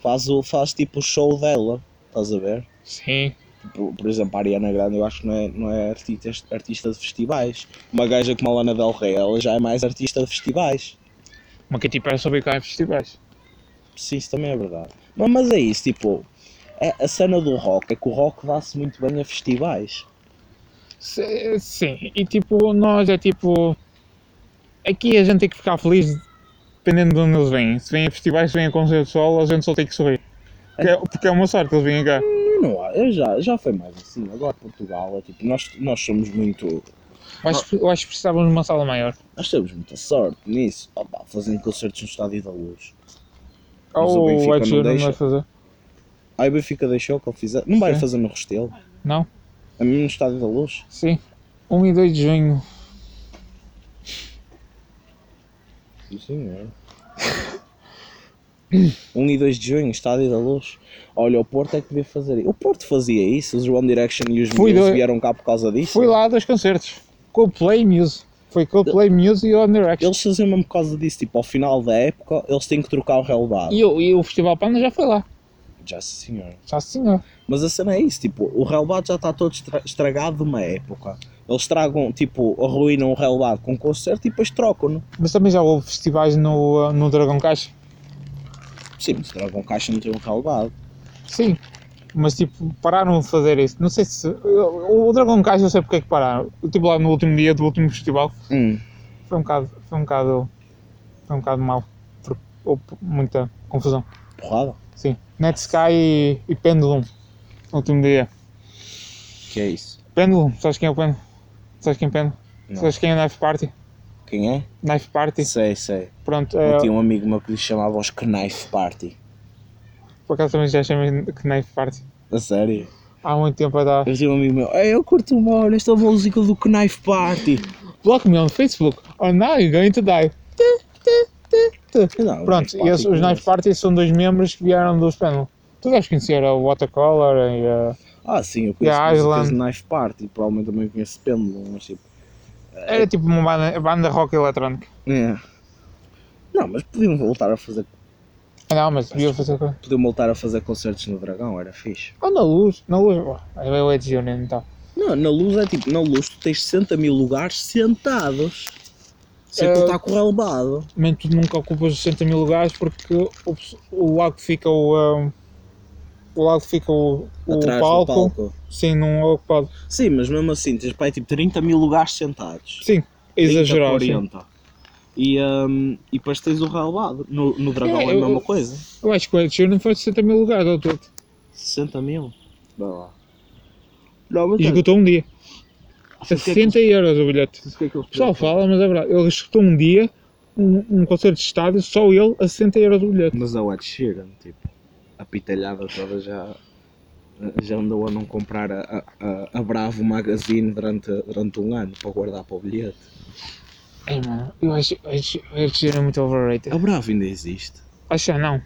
Speaker 3: Faz, o, faz tipo o show dela, estás a ver?
Speaker 4: Sim.
Speaker 3: Tipo, por exemplo, a Ariana Grande eu acho que não é, não é artista, artista de festivais. Uma gaja como a Lana Del Rey, ela já é mais artista de festivais.
Speaker 4: Uma Katy Perry só veio cá em festivais.
Speaker 3: Sim, isso também é verdade. Mas, mas é isso, tipo, é, a cena do rock é que o rock dá-se muito bem a festivais.
Speaker 4: Se- Sim, e tipo, nós é tipo. Aqui a gente tem que ficar feliz dependendo de onde eles vêm. Se vêm a festivais, se vêm a concertos de sol, a gente só tem que sorrir. Porque é, porque é uma sorte eles vêm cá.
Speaker 3: Eu não há- eu já, já foi mais assim. Agora Portugal é tipo, nós, nós somos muito.
Speaker 4: Eu acho, eu acho que precisávamos de uma sala maior.
Speaker 3: Nós temos muita sorte nisso. Opa, fazendo concertos no Estádio da Luz. Mas o
Speaker 4: Ou
Speaker 3: Benfica
Speaker 4: o Ed
Speaker 3: não
Speaker 4: Sheeran não
Speaker 3: deixa.
Speaker 4: vai fazer.
Speaker 3: Aí o Benfica deixou que ele fizesse. Não vai
Speaker 4: Sim.
Speaker 3: fazer no Restelo?
Speaker 4: Não?
Speaker 3: A mim no Estádio da Luz?
Speaker 4: Sim. 1 e 2 de junho.
Speaker 3: Sim, senhor.
Speaker 4: é.
Speaker 3: 1 e 2 de junho, Estádio da Luz. Olha, o Porto é que devia fazer isso. O Porto fazia isso, os One Direction e os
Speaker 4: Fui
Speaker 3: Muse
Speaker 4: do-
Speaker 3: vieram cá por causa disso.
Speaker 4: Fui lá a dois concertos. Coldplay e Muse. Foi Coldplay, Muse e One Direction.
Speaker 3: Eles faziam mesmo por causa disso, tipo, ao final da época eles têm que trocar o relevado.
Speaker 4: E, o- e o Festival Panda já foi lá.
Speaker 3: Já sim, senhor.
Speaker 4: Já senhor.
Speaker 3: Mas a cena é isso, tipo, o relevado já está todo estra- estragado de uma época. Eles tragam, tipo, arruinam o relevado com um concerto e depois trocam-no.
Speaker 4: Mas também já houve festivais no, ah, no Dragão Caixa.
Speaker 3: Sim, mas tragam caixa não tem um relevado.
Speaker 4: Sim, mas tipo, pararam de fazer isso. Não sei se. O o Dragon Caixa eu sei porque é que pararam. Eu estive lá no último dia do último festival.
Speaker 3: Hum.
Speaker 4: Foi um bocado. Foi um bocado. Foi um bocado mau. Por- Houve muita confusão.
Speaker 3: Porrada?
Speaker 4: Sim. Netsky e, e Pendulum. No último dia.
Speaker 3: Que é isso?
Speaker 4: Pendulum, sabes quem é o Pendulum? Sabes quem é Pendulum?
Speaker 3: Não.
Speaker 4: Sabes quem é o Knife Party?
Speaker 3: Quem é?
Speaker 4: Knife Party?
Speaker 3: Sei, sei.
Speaker 4: Pronto,
Speaker 3: Eu
Speaker 4: é,
Speaker 3: tinha um amigo meu que lhe chamava os Knife Party.
Speaker 4: por acaso também já chamei de Knife Party.
Speaker 3: A sério?
Speaker 4: Há muito tempo atrás.
Speaker 3: Eu tinha um amigo meu. "Ei, Eu curto uma hora esta música do Knife Party.
Speaker 4: Block me on Facebook, or now you're going to die.
Speaker 3: Não,
Speaker 4: Pronto,
Speaker 3: Knife
Speaker 4: e esses, os
Speaker 3: Party,
Speaker 4: Knife Party são dois membros que vieram dos Panel. Tu deves conhecer a Watercolor e a.
Speaker 3: Ah, sim, eu
Speaker 4: E
Speaker 3: conheço
Speaker 4: É a
Speaker 3: músicas
Speaker 4: Island.
Speaker 3: de Knife Party. Provavelmente também conheço Pendulum, mas tipo...
Speaker 4: Era tipo uma banda, banda rock eletrónica.
Speaker 3: é. Não, mas podiam voltar a fazer...
Speaker 4: Ah, Não, mas devia fazer coisa.
Speaker 3: Podiam voltar a fazer concertos no Dragão, era fixe.
Speaker 4: Ou na luz, na luz. Ué, Aí vai o Ed Union então.
Speaker 3: Não, na Luz é tipo... Na Luz tu tens 60 mil lugares sentados. Sempre
Speaker 4: Eh,
Speaker 3: está a correr elevado.
Speaker 4: Mas tu nunca ocupas os 60 mil lugares porque o, pes- o lado que fica o. ah, o lado que fica o, o
Speaker 3: Atrás
Speaker 4: palco,
Speaker 3: do palco.
Speaker 4: Sim, não é ocupado.
Speaker 3: Sim, mas mesmo assim, tens para aí tipo 30 mil lugares sentados.
Speaker 4: Sim, é
Speaker 3: 30,
Speaker 4: exagerado. sim.
Speaker 3: 40. E, hum, e depois tens o relevado. No, no Dragão
Speaker 4: É,
Speaker 3: é, a
Speaker 4: eu-
Speaker 3: mesma coisa.
Speaker 4: Eu acho que o Ed Sheeran foi de 60 mil lugares ao todo.
Speaker 3: 60 mil. Vai lá. Não, mas é olha,
Speaker 4: E esgotou um dia. A
Speaker 3: sabes o que é que
Speaker 4: 60 euros o bilhete.
Speaker 3: eles- o que é que eles
Speaker 4: O pessoal
Speaker 3: fizeram?
Speaker 4: fala, mas é verdade. Ele esgotou um dia, um, um concerto de estádio, só ele, a 60 euros o bilhete.
Speaker 3: Mas a Ed Sheeran, tipo, a pitalhada toda já, já andou a não comprar a, a- a, a Bravo Magazine durante, durante um ano para guardar para o bilhete.
Speaker 4: É, mano, eu acho o Ed Sheeran é muito overrated.
Speaker 3: A Bravo ainda existe.
Speaker 4: Acho que não.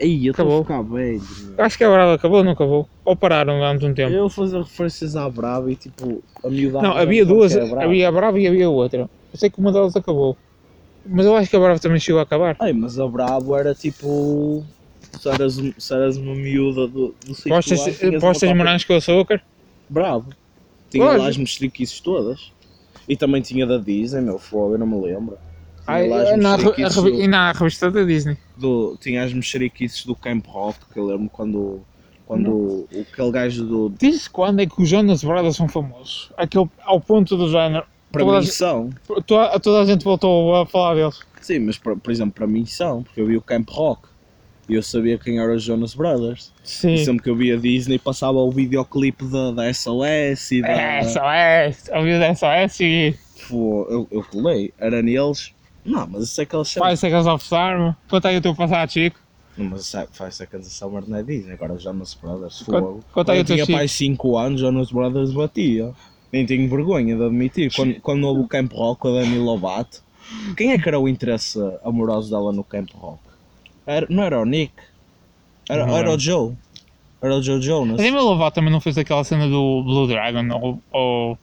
Speaker 3: Aí, eu estou a
Speaker 4: Acabou.
Speaker 3: ficar velho.
Speaker 4: Eu Acho que a Brava acabou ou não acabou? Ou pararam durante um
Speaker 3: meu.
Speaker 4: tempo?
Speaker 3: Eu fazia referências à Bravo e tipo, a miudada.
Speaker 4: Não,
Speaker 3: já
Speaker 4: havia
Speaker 3: sabe
Speaker 4: duas,
Speaker 3: que era Bravo.
Speaker 4: havia a Brava e havia outra. Eu sei que uma delas acabou. Mas eu acho que a Brava também chegou a acabar.
Speaker 3: Ai, mas a Bravo era tipo. Se eras, um- se eras uma miúda do, do circular,
Speaker 4: Postas,
Speaker 3: tinhas uma
Speaker 4: postas
Speaker 3: cópia-
Speaker 4: morangos com açúcar?
Speaker 3: Bravo. Tinha
Speaker 4: Olha.
Speaker 3: lá as mestriquices todas. E também tinha da Disney, meu fogo, eu não me lembro. Tinha
Speaker 4: Ai, é
Speaker 3: lá as
Speaker 4: na, a
Speaker 3: mexeriquices
Speaker 4: revi-
Speaker 3: do-
Speaker 4: e na revista da Disney.
Speaker 3: do, tinha as mexeriquices do Camp Rock, que eu lembro quando, quando o, o- aquele gajo do
Speaker 4: Diz-se quando é que os Jonas Brothers são famosos. Aquele, ao ponto do género.
Speaker 3: para
Speaker 4: Toda a
Speaker 3: mim
Speaker 4: gente-
Speaker 3: são.
Speaker 4: Toda, toda a gente voltou a falar deles.
Speaker 3: Sim, mas por, por exemplo, para mim são, porque eu vi o Camp Rock e eu sabia quem eram os Jonas Brothers. E
Speaker 4: Sim.
Speaker 3: sempre que eu via Disney passava o videoclipe da, da SOS e da.
Speaker 4: É, né? SOS. Ouviu da SOS e
Speaker 3: Pô, eu, eu colei, era neles. Não, mas isso é que eles são.
Speaker 4: vai ser que eles ofereceram. Conta aí o teu passado, Chico.
Speaker 3: Não, mas isso é- faz a canção não é Disney, agora os Jonas Brothers.
Speaker 4: Conta-
Speaker 3: Fogo.
Speaker 4: conta
Speaker 3: Quando
Speaker 4: aí
Speaker 3: eu
Speaker 4: o teu
Speaker 3: tinha
Speaker 4: Chico.
Speaker 3: pai 5 anos, Jonas Brothers batia. Nem tenho vergonha de admitir. Quando, quando houve o Camp Rock com a Dani Lovato, quem é que era o interesse amoroso dela no Camp Rock? Era- não era o Nick? Era,
Speaker 4: Não
Speaker 3: era o
Speaker 4: lembro.
Speaker 3: Joe? Era o Joe Jonas?
Speaker 4: Mas a Demi Lovato também não fez aquela cena do Blue Dragon ou, ou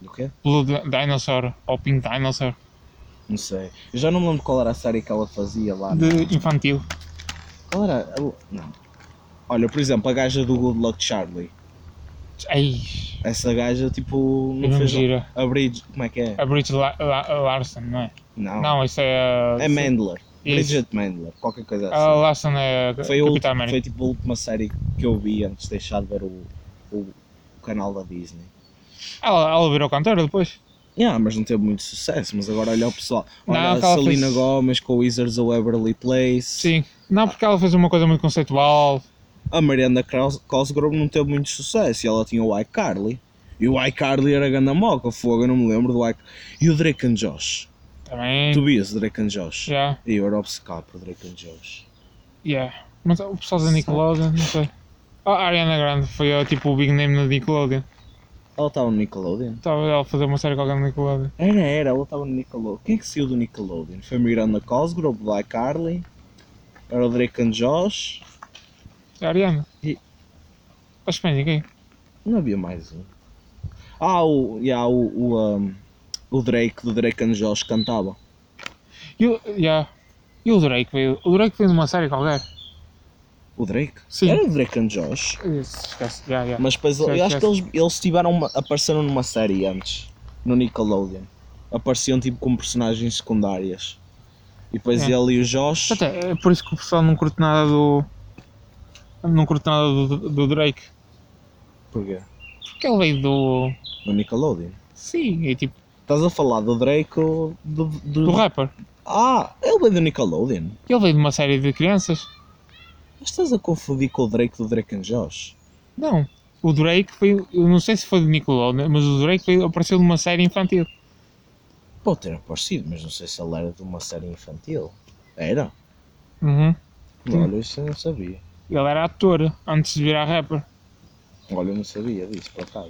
Speaker 3: Do quê?
Speaker 4: Blue Dinosaur ou Pink Dinosaur
Speaker 3: Não sei. Eu já não me lembro qual era a série que ela fazia lá.
Speaker 4: de infantil.
Speaker 3: Qual era? Ela- Não. Olha, por exemplo, a gaja do Good Luck Charlie.
Speaker 4: Ai,
Speaker 3: Essa gaja, tipo,
Speaker 4: eu
Speaker 3: não
Speaker 4: não
Speaker 3: fez.
Speaker 4: gira.
Speaker 3: A Bridget, como é que é?
Speaker 4: A Bridget La- La- Larson, não é?
Speaker 3: Não.
Speaker 4: Não, isso é. a-
Speaker 3: Ah. É Mandler.
Speaker 4: Isso.
Speaker 3: Bridget Mandler, qualquer coisa
Speaker 4: A
Speaker 3: assim.
Speaker 4: Larson é a
Speaker 3: foi, a
Speaker 4: Capitã
Speaker 3: última,
Speaker 4: América.
Speaker 3: foi tipo a última série que eu vi antes de deixar de ver o, o canal da Disney.
Speaker 4: Ela, ela virou cantora depois.
Speaker 3: Yeah, mas não teve muito sucesso, mas agora olha o pessoal.
Speaker 4: Não,
Speaker 3: Olha a
Speaker 4: aquela
Speaker 3: Selena
Speaker 4: fez-
Speaker 3: Gomez com o Wizards of Waverly Place.
Speaker 4: Sim. Não, porque ela fez uma coisa muito conceitual.
Speaker 3: A Mariana Cros- Cosgrove não teve muito sucesso e ela tinha o iCarly. E o iCarly era ganda moca, fogo, eu não me lembro do iCarly. E o Drake and Josh.
Speaker 4: Também.
Speaker 3: Tu vias o Drake and Josh?
Speaker 4: Já,
Speaker 3: E eu era obcecado por Drake and Josh.
Speaker 4: já. Mas o pessoal da Nickelodeon, não sei. Ah, A Ariana Grande foi ó, tipo o big name na Nickelodeon.
Speaker 3: Ela estava no Nickelodeon?
Speaker 4: Estava ela a fazer uma série qualquer na Nickelodeon.
Speaker 3: Era, era, ela estava no Nickelodeon. Quem é que saiu do Nickelodeon? Foi Miranda Cosgrove, Black Carly, era o Drake and Josh,
Speaker 4: A Ariana.
Speaker 3: E-
Speaker 4: Acho que mais ninguém.
Speaker 3: não havia mais um. Ah, o, yeah, o, o, um, o Drake, do Drake and Josh cantava.
Speaker 4: E o, já. e o Drake veio. O Drake veio numa série qualquer.
Speaker 3: O Drake?
Speaker 4: Sim.
Speaker 3: Era o Drake and Josh.
Speaker 4: Isso, esquece. Já, já.
Speaker 3: Mas depois, eu
Speaker 4: Certo,
Speaker 3: acho que eles, eles tiveram uma- apareceram numa série antes, no Nickelodeon. Apareciam tipo como personagens secundárias. E depois
Speaker 4: É.
Speaker 3: ele e o Josh...
Speaker 4: Até, é por isso que o pessoal não curte nada do. Não curte nada do, do Drake.
Speaker 3: Porquê?
Speaker 4: Porque ele veio do.
Speaker 3: No Nickelodeon.
Speaker 4: Sim, é tipo.
Speaker 3: Estás a falar do Drake ou do, do,
Speaker 4: Do rapper.
Speaker 3: Ah, ele veio do Nickelodeon.
Speaker 4: Ele veio de uma série de crianças.
Speaker 3: Mas estás a confundir com o Drake do Drake and Josh?
Speaker 4: Não. O Drake foi. Eu não sei se foi do Nickelodeon, mas o Drake foi, apareceu numa série infantil.
Speaker 3: Pode ter aparecido, mas não sei se ele era de uma série infantil. Era?
Speaker 4: Uhum. Sim.
Speaker 3: Olha, isso eu não sabia.
Speaker 4: Ele era ator antes de virar rapper.
Speaker 3: Olha, eu não sabia disso, por acaso.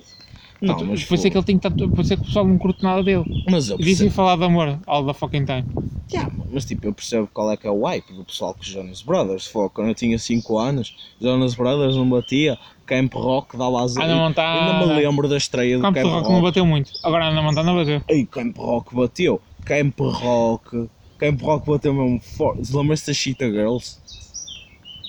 Speaker 3: tipo,
Speaker 4: Portanto, por isso é que ele tem tanto. Por isso é que o pessoal não curte nada dele.
Speaker 3: Mas eu
Speaker 4: E dizem
Speaker 3: percebo...
Speaker 4: falar de amor all the fucking time.
Speaker 3: Yeah, mas tipo, eu percebo qual é que é o hype do pessoal com os Jonas Brothers. Foi quando eu tinha 5 anos, Jonas Brothers não batia, Camp Rock dava azar.
Speaker 4: Ana Montana.
Speaker 3: Ainda me lembro um da estreia do
Speaker 4: Campo
Speaker 3: Camp,
Speaker 4: de
Speaker 3: Rock.
Speaker 4: Rock não bateu muito. Agora a Ana Montana bateu.
Speaker 3: Ei, Camp Rock bateu. Camp Rock. Camp Rock bateu mesmo forte. Lembras-te da Cheetah Girls?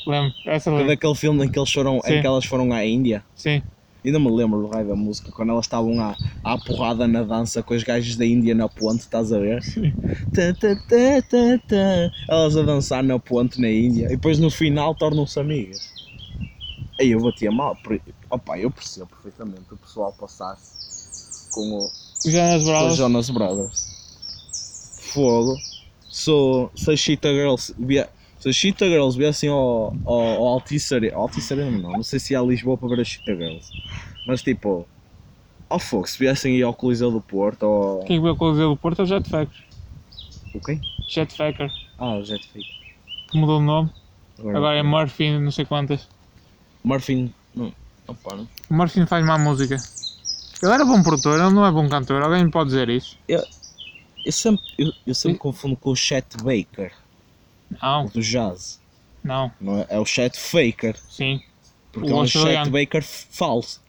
Speaker 4: Lembro. Essa
Speaker 3: É
Speaker 4: lembro.
Speaker 3: daquele filme em que, eles foram, em
Speaker 4: Sim.
Speaker 3: é que elas foram à Índia.
Speaker 4: Sim.
Speaker 3: Ainda me lembro do raio da música, quando elas estavam à, à porrada na dança com os gajos da Índia na ponte, estás a ver? Tá, Tã, tã, tã, tã, tã. tá, Elas a dançar na ponte na Índia e depois no final tornam-se amigas. Aí eu batia mal. por- Opa, eu percebo perfeitamente o pessoal passar-se com o,
Speaker 4: Jonas
Speaker 3: os
Speaker 4: Brothers.
Speaker 3: é Jonas Brothers. Fogo. Sou, se a Cheetah Girls via- se as Cheetah Girls viessem ao, ao, ao Altice Arena, Altice Arena não, não sei se é a Lisboa para ver as Cheetah Girls, mas tipo, ao fogo, se viessem aí ao Coliseu do Porto, ao...
Speaker 4: Quem veio com o Coliseu do Porto é o Jetfacker.
Speaker 3: O quê?
Speaker 4: Jetfacker,
Speaker 3: Ah, o Jetfake.
Speaker 4: que mudou de nome. Agora é Murphy, não sei quantas.
Speaker 3: Murphy, não, opa, não.
Speaker 4: O Murphy faz má música. Ele era bom produtor, ele não é bom cantor. Alguém me pode dizer isso?
Speaker 3: Eu sempre, eu, eu sempre confundo com o Chet Baker, o
Speaker 4: Não,
Speaker 3: do jazz,
Speaker 4: não,
Speaker 3: não é? É o Chet Faker,
Speaker 4: sim.
Speaker 3: porque
Speaker 4: O
Speaker 3: é um Chet
Speaker 4: australiano.
Speaker 3: Baker f- falso,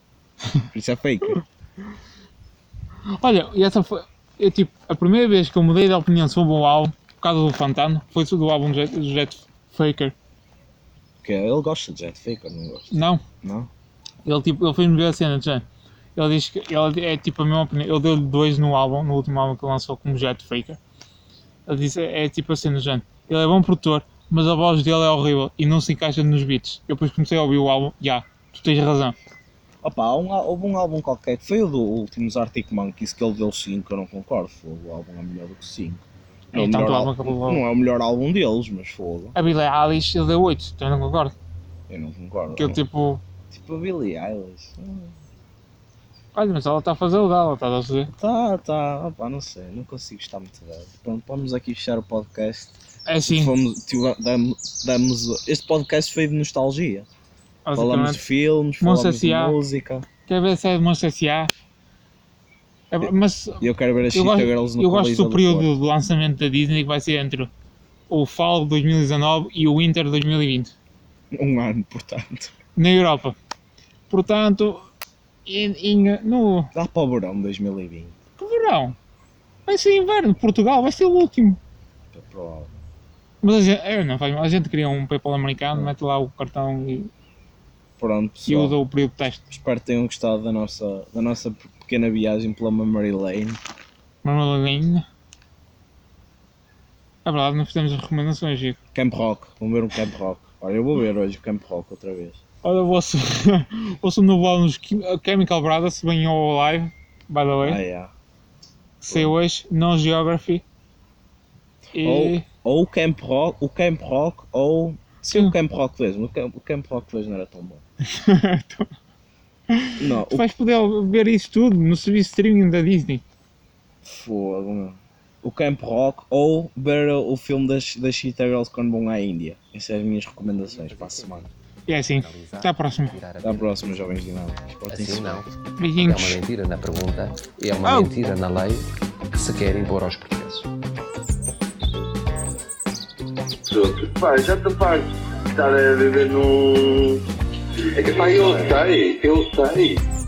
Speaker 3: por isso é Faker.
Speaker 4: Olha, e essa foi. Eu, tipo, a primeira vez que eu mudei de opinião sobre o álbum, por causa do Fantano, foi sobre o álbum do Jet, do Jet Faker.
Speaker 3: Porque ele gosta de Jetfaker, não gosta?
Speaker 4: Não,
Speaker 3: Não?
Speaker 4: ele, tipo, ele fez-me ver a cena, já. Ele diz que ele é tipo a mesma opinião. Ele deu-lhe dois no álbum, no último álbum que ele lançou como Jet Faker. Ele disse, é, é tipo a cena, já. Ele é bom produtor, mas a voz dele é horrível e não se encaixa nos beats. Eu depois comecei a ouvir o álbum, já, tu tens razão.
Speaker 3: Opa, há um, houve um álbum qualquer que foi o do Últimos Arctic Monkeys que ele deu 5, eu não concordo. Foi o álbum é melhor do que 5.
Speaker 4: É, tanto álbum que ele levou.
Speaker 3: não é o melhor álbum deles, mas fogo.
Speaker 4: A Billie Eilish, ele deu 8, também não concordo.
Speaker 3: Eu não concordo.
Speaker 4: Que ele tipo,
Speaker 3: Tipo a Billie Eilish. Hum,
Speaker 4: olha, mas ela está a fazer o dela, estás a fazer.
Speaker 3: Tá, tá, opa, não sei, não consigo estar muito dado. Pronto, vamos aqui fechar o podcast.
Speaker 4: É assim,
Speaker 3: Fomos, tivemos- damos, damos- este podcast foi de nostalgia. Falamos de
Speaker 4: basicamente.
Speaker 3: filmes,
Speaker 4: Monstros
Speaker 3: falamos de
Speaker 4: S.A..
Speaker 3: música.
Speaker 4: Quer ver se é de Monstro S.A. É, mas
Speaker 3: E eu quero ver as
Speaker 4: eu
Speaker 3: Cheetah Girls
Speaker 4: gosto,
Speaker 3: no
Speaker 4: eu gosto
Speaker 3: Coliseu
Speaker 4: do período de lançamento da Disney que vai ser entre o Fall 2019 e o Winter 2020,
Speaker 3: Porto. Um ano, portanto.
Speaker 4: na Europa. Portanto, em- em- no
Speaker 3: Dá para o verão 2020.
Speaker 4: que verão. Vai ser inverno, Portugal vai ser o último.
Speaker 3: É provável.
Speaker 4: Mas a gente, é, não faz mal, a gente cria um PayPal americano, mete lá o cartão e,
Speaker 3: Pronto,
Speaker 4: e
Speaker 3: pessoal.
Speaker 4: usa o período de teste.
Speaker 3: Espero que tenham gostado da nossa, da nossa pequena viagem pela Memory Lane.
Speaker 4: Marmalhinha. É verdade, não fizemos as recomendações, Chico.
Speaker 3: Camp Rock. Vamos ver um Camp Rock. Olha, eu vou ver hoje o Camp Rock outra vez.
Speaker 4: Olha, ouço, ouço um novo álbum dos Chemi- Chemical Brothers, se bem ao live, by the way.
Speaker 3: Ah, yeah.
Speaker 1: oh.
Speaker 4: Saiu hoje, Non Geography.
Speaker 1: Oh,
Speaker 4: E.
Speaker 3: Ou o Camp Rock, o Camp Rock ou... Sim, o Camp Rock mesmo. O Camp, o Camp Rock mesmo não era tão bom. Não,
Speaker 4: tu
Speaker 3: o
Speaker 4: vais poder ver isso tudo no serviço de streaming da Disney.
Speaker 3: fogo, meu. O Camp Rock ou ver o filme das, das Cheetah Girls quando vão à Índia. Essas são as minhas recomendações para a semana.
Speaker 4: E é assim.
Speaker 1: Analisar,
Speaker 4: Até à próxima.
Speaker 1: tirar a
Speaker 3: Até à
Speaker 1: pena.
Speaker 3: próxima, jovens dinâmicos. Portem-se
Speaker 1: Assim
Speaker 3: bem.
Speaker 1: não. É uma
Speaker 4: Beijinhos.
Speaker 1: mentira na pergunta e é uma
Speaker 4: Oh.
Speaker 1: mentira na lei que se quer impor aos portugueses.
Speaker 2: Pronto. Pá, já estou farto Tá, né, Tá de estar a viver num. É que pá, eu sei, eu sei.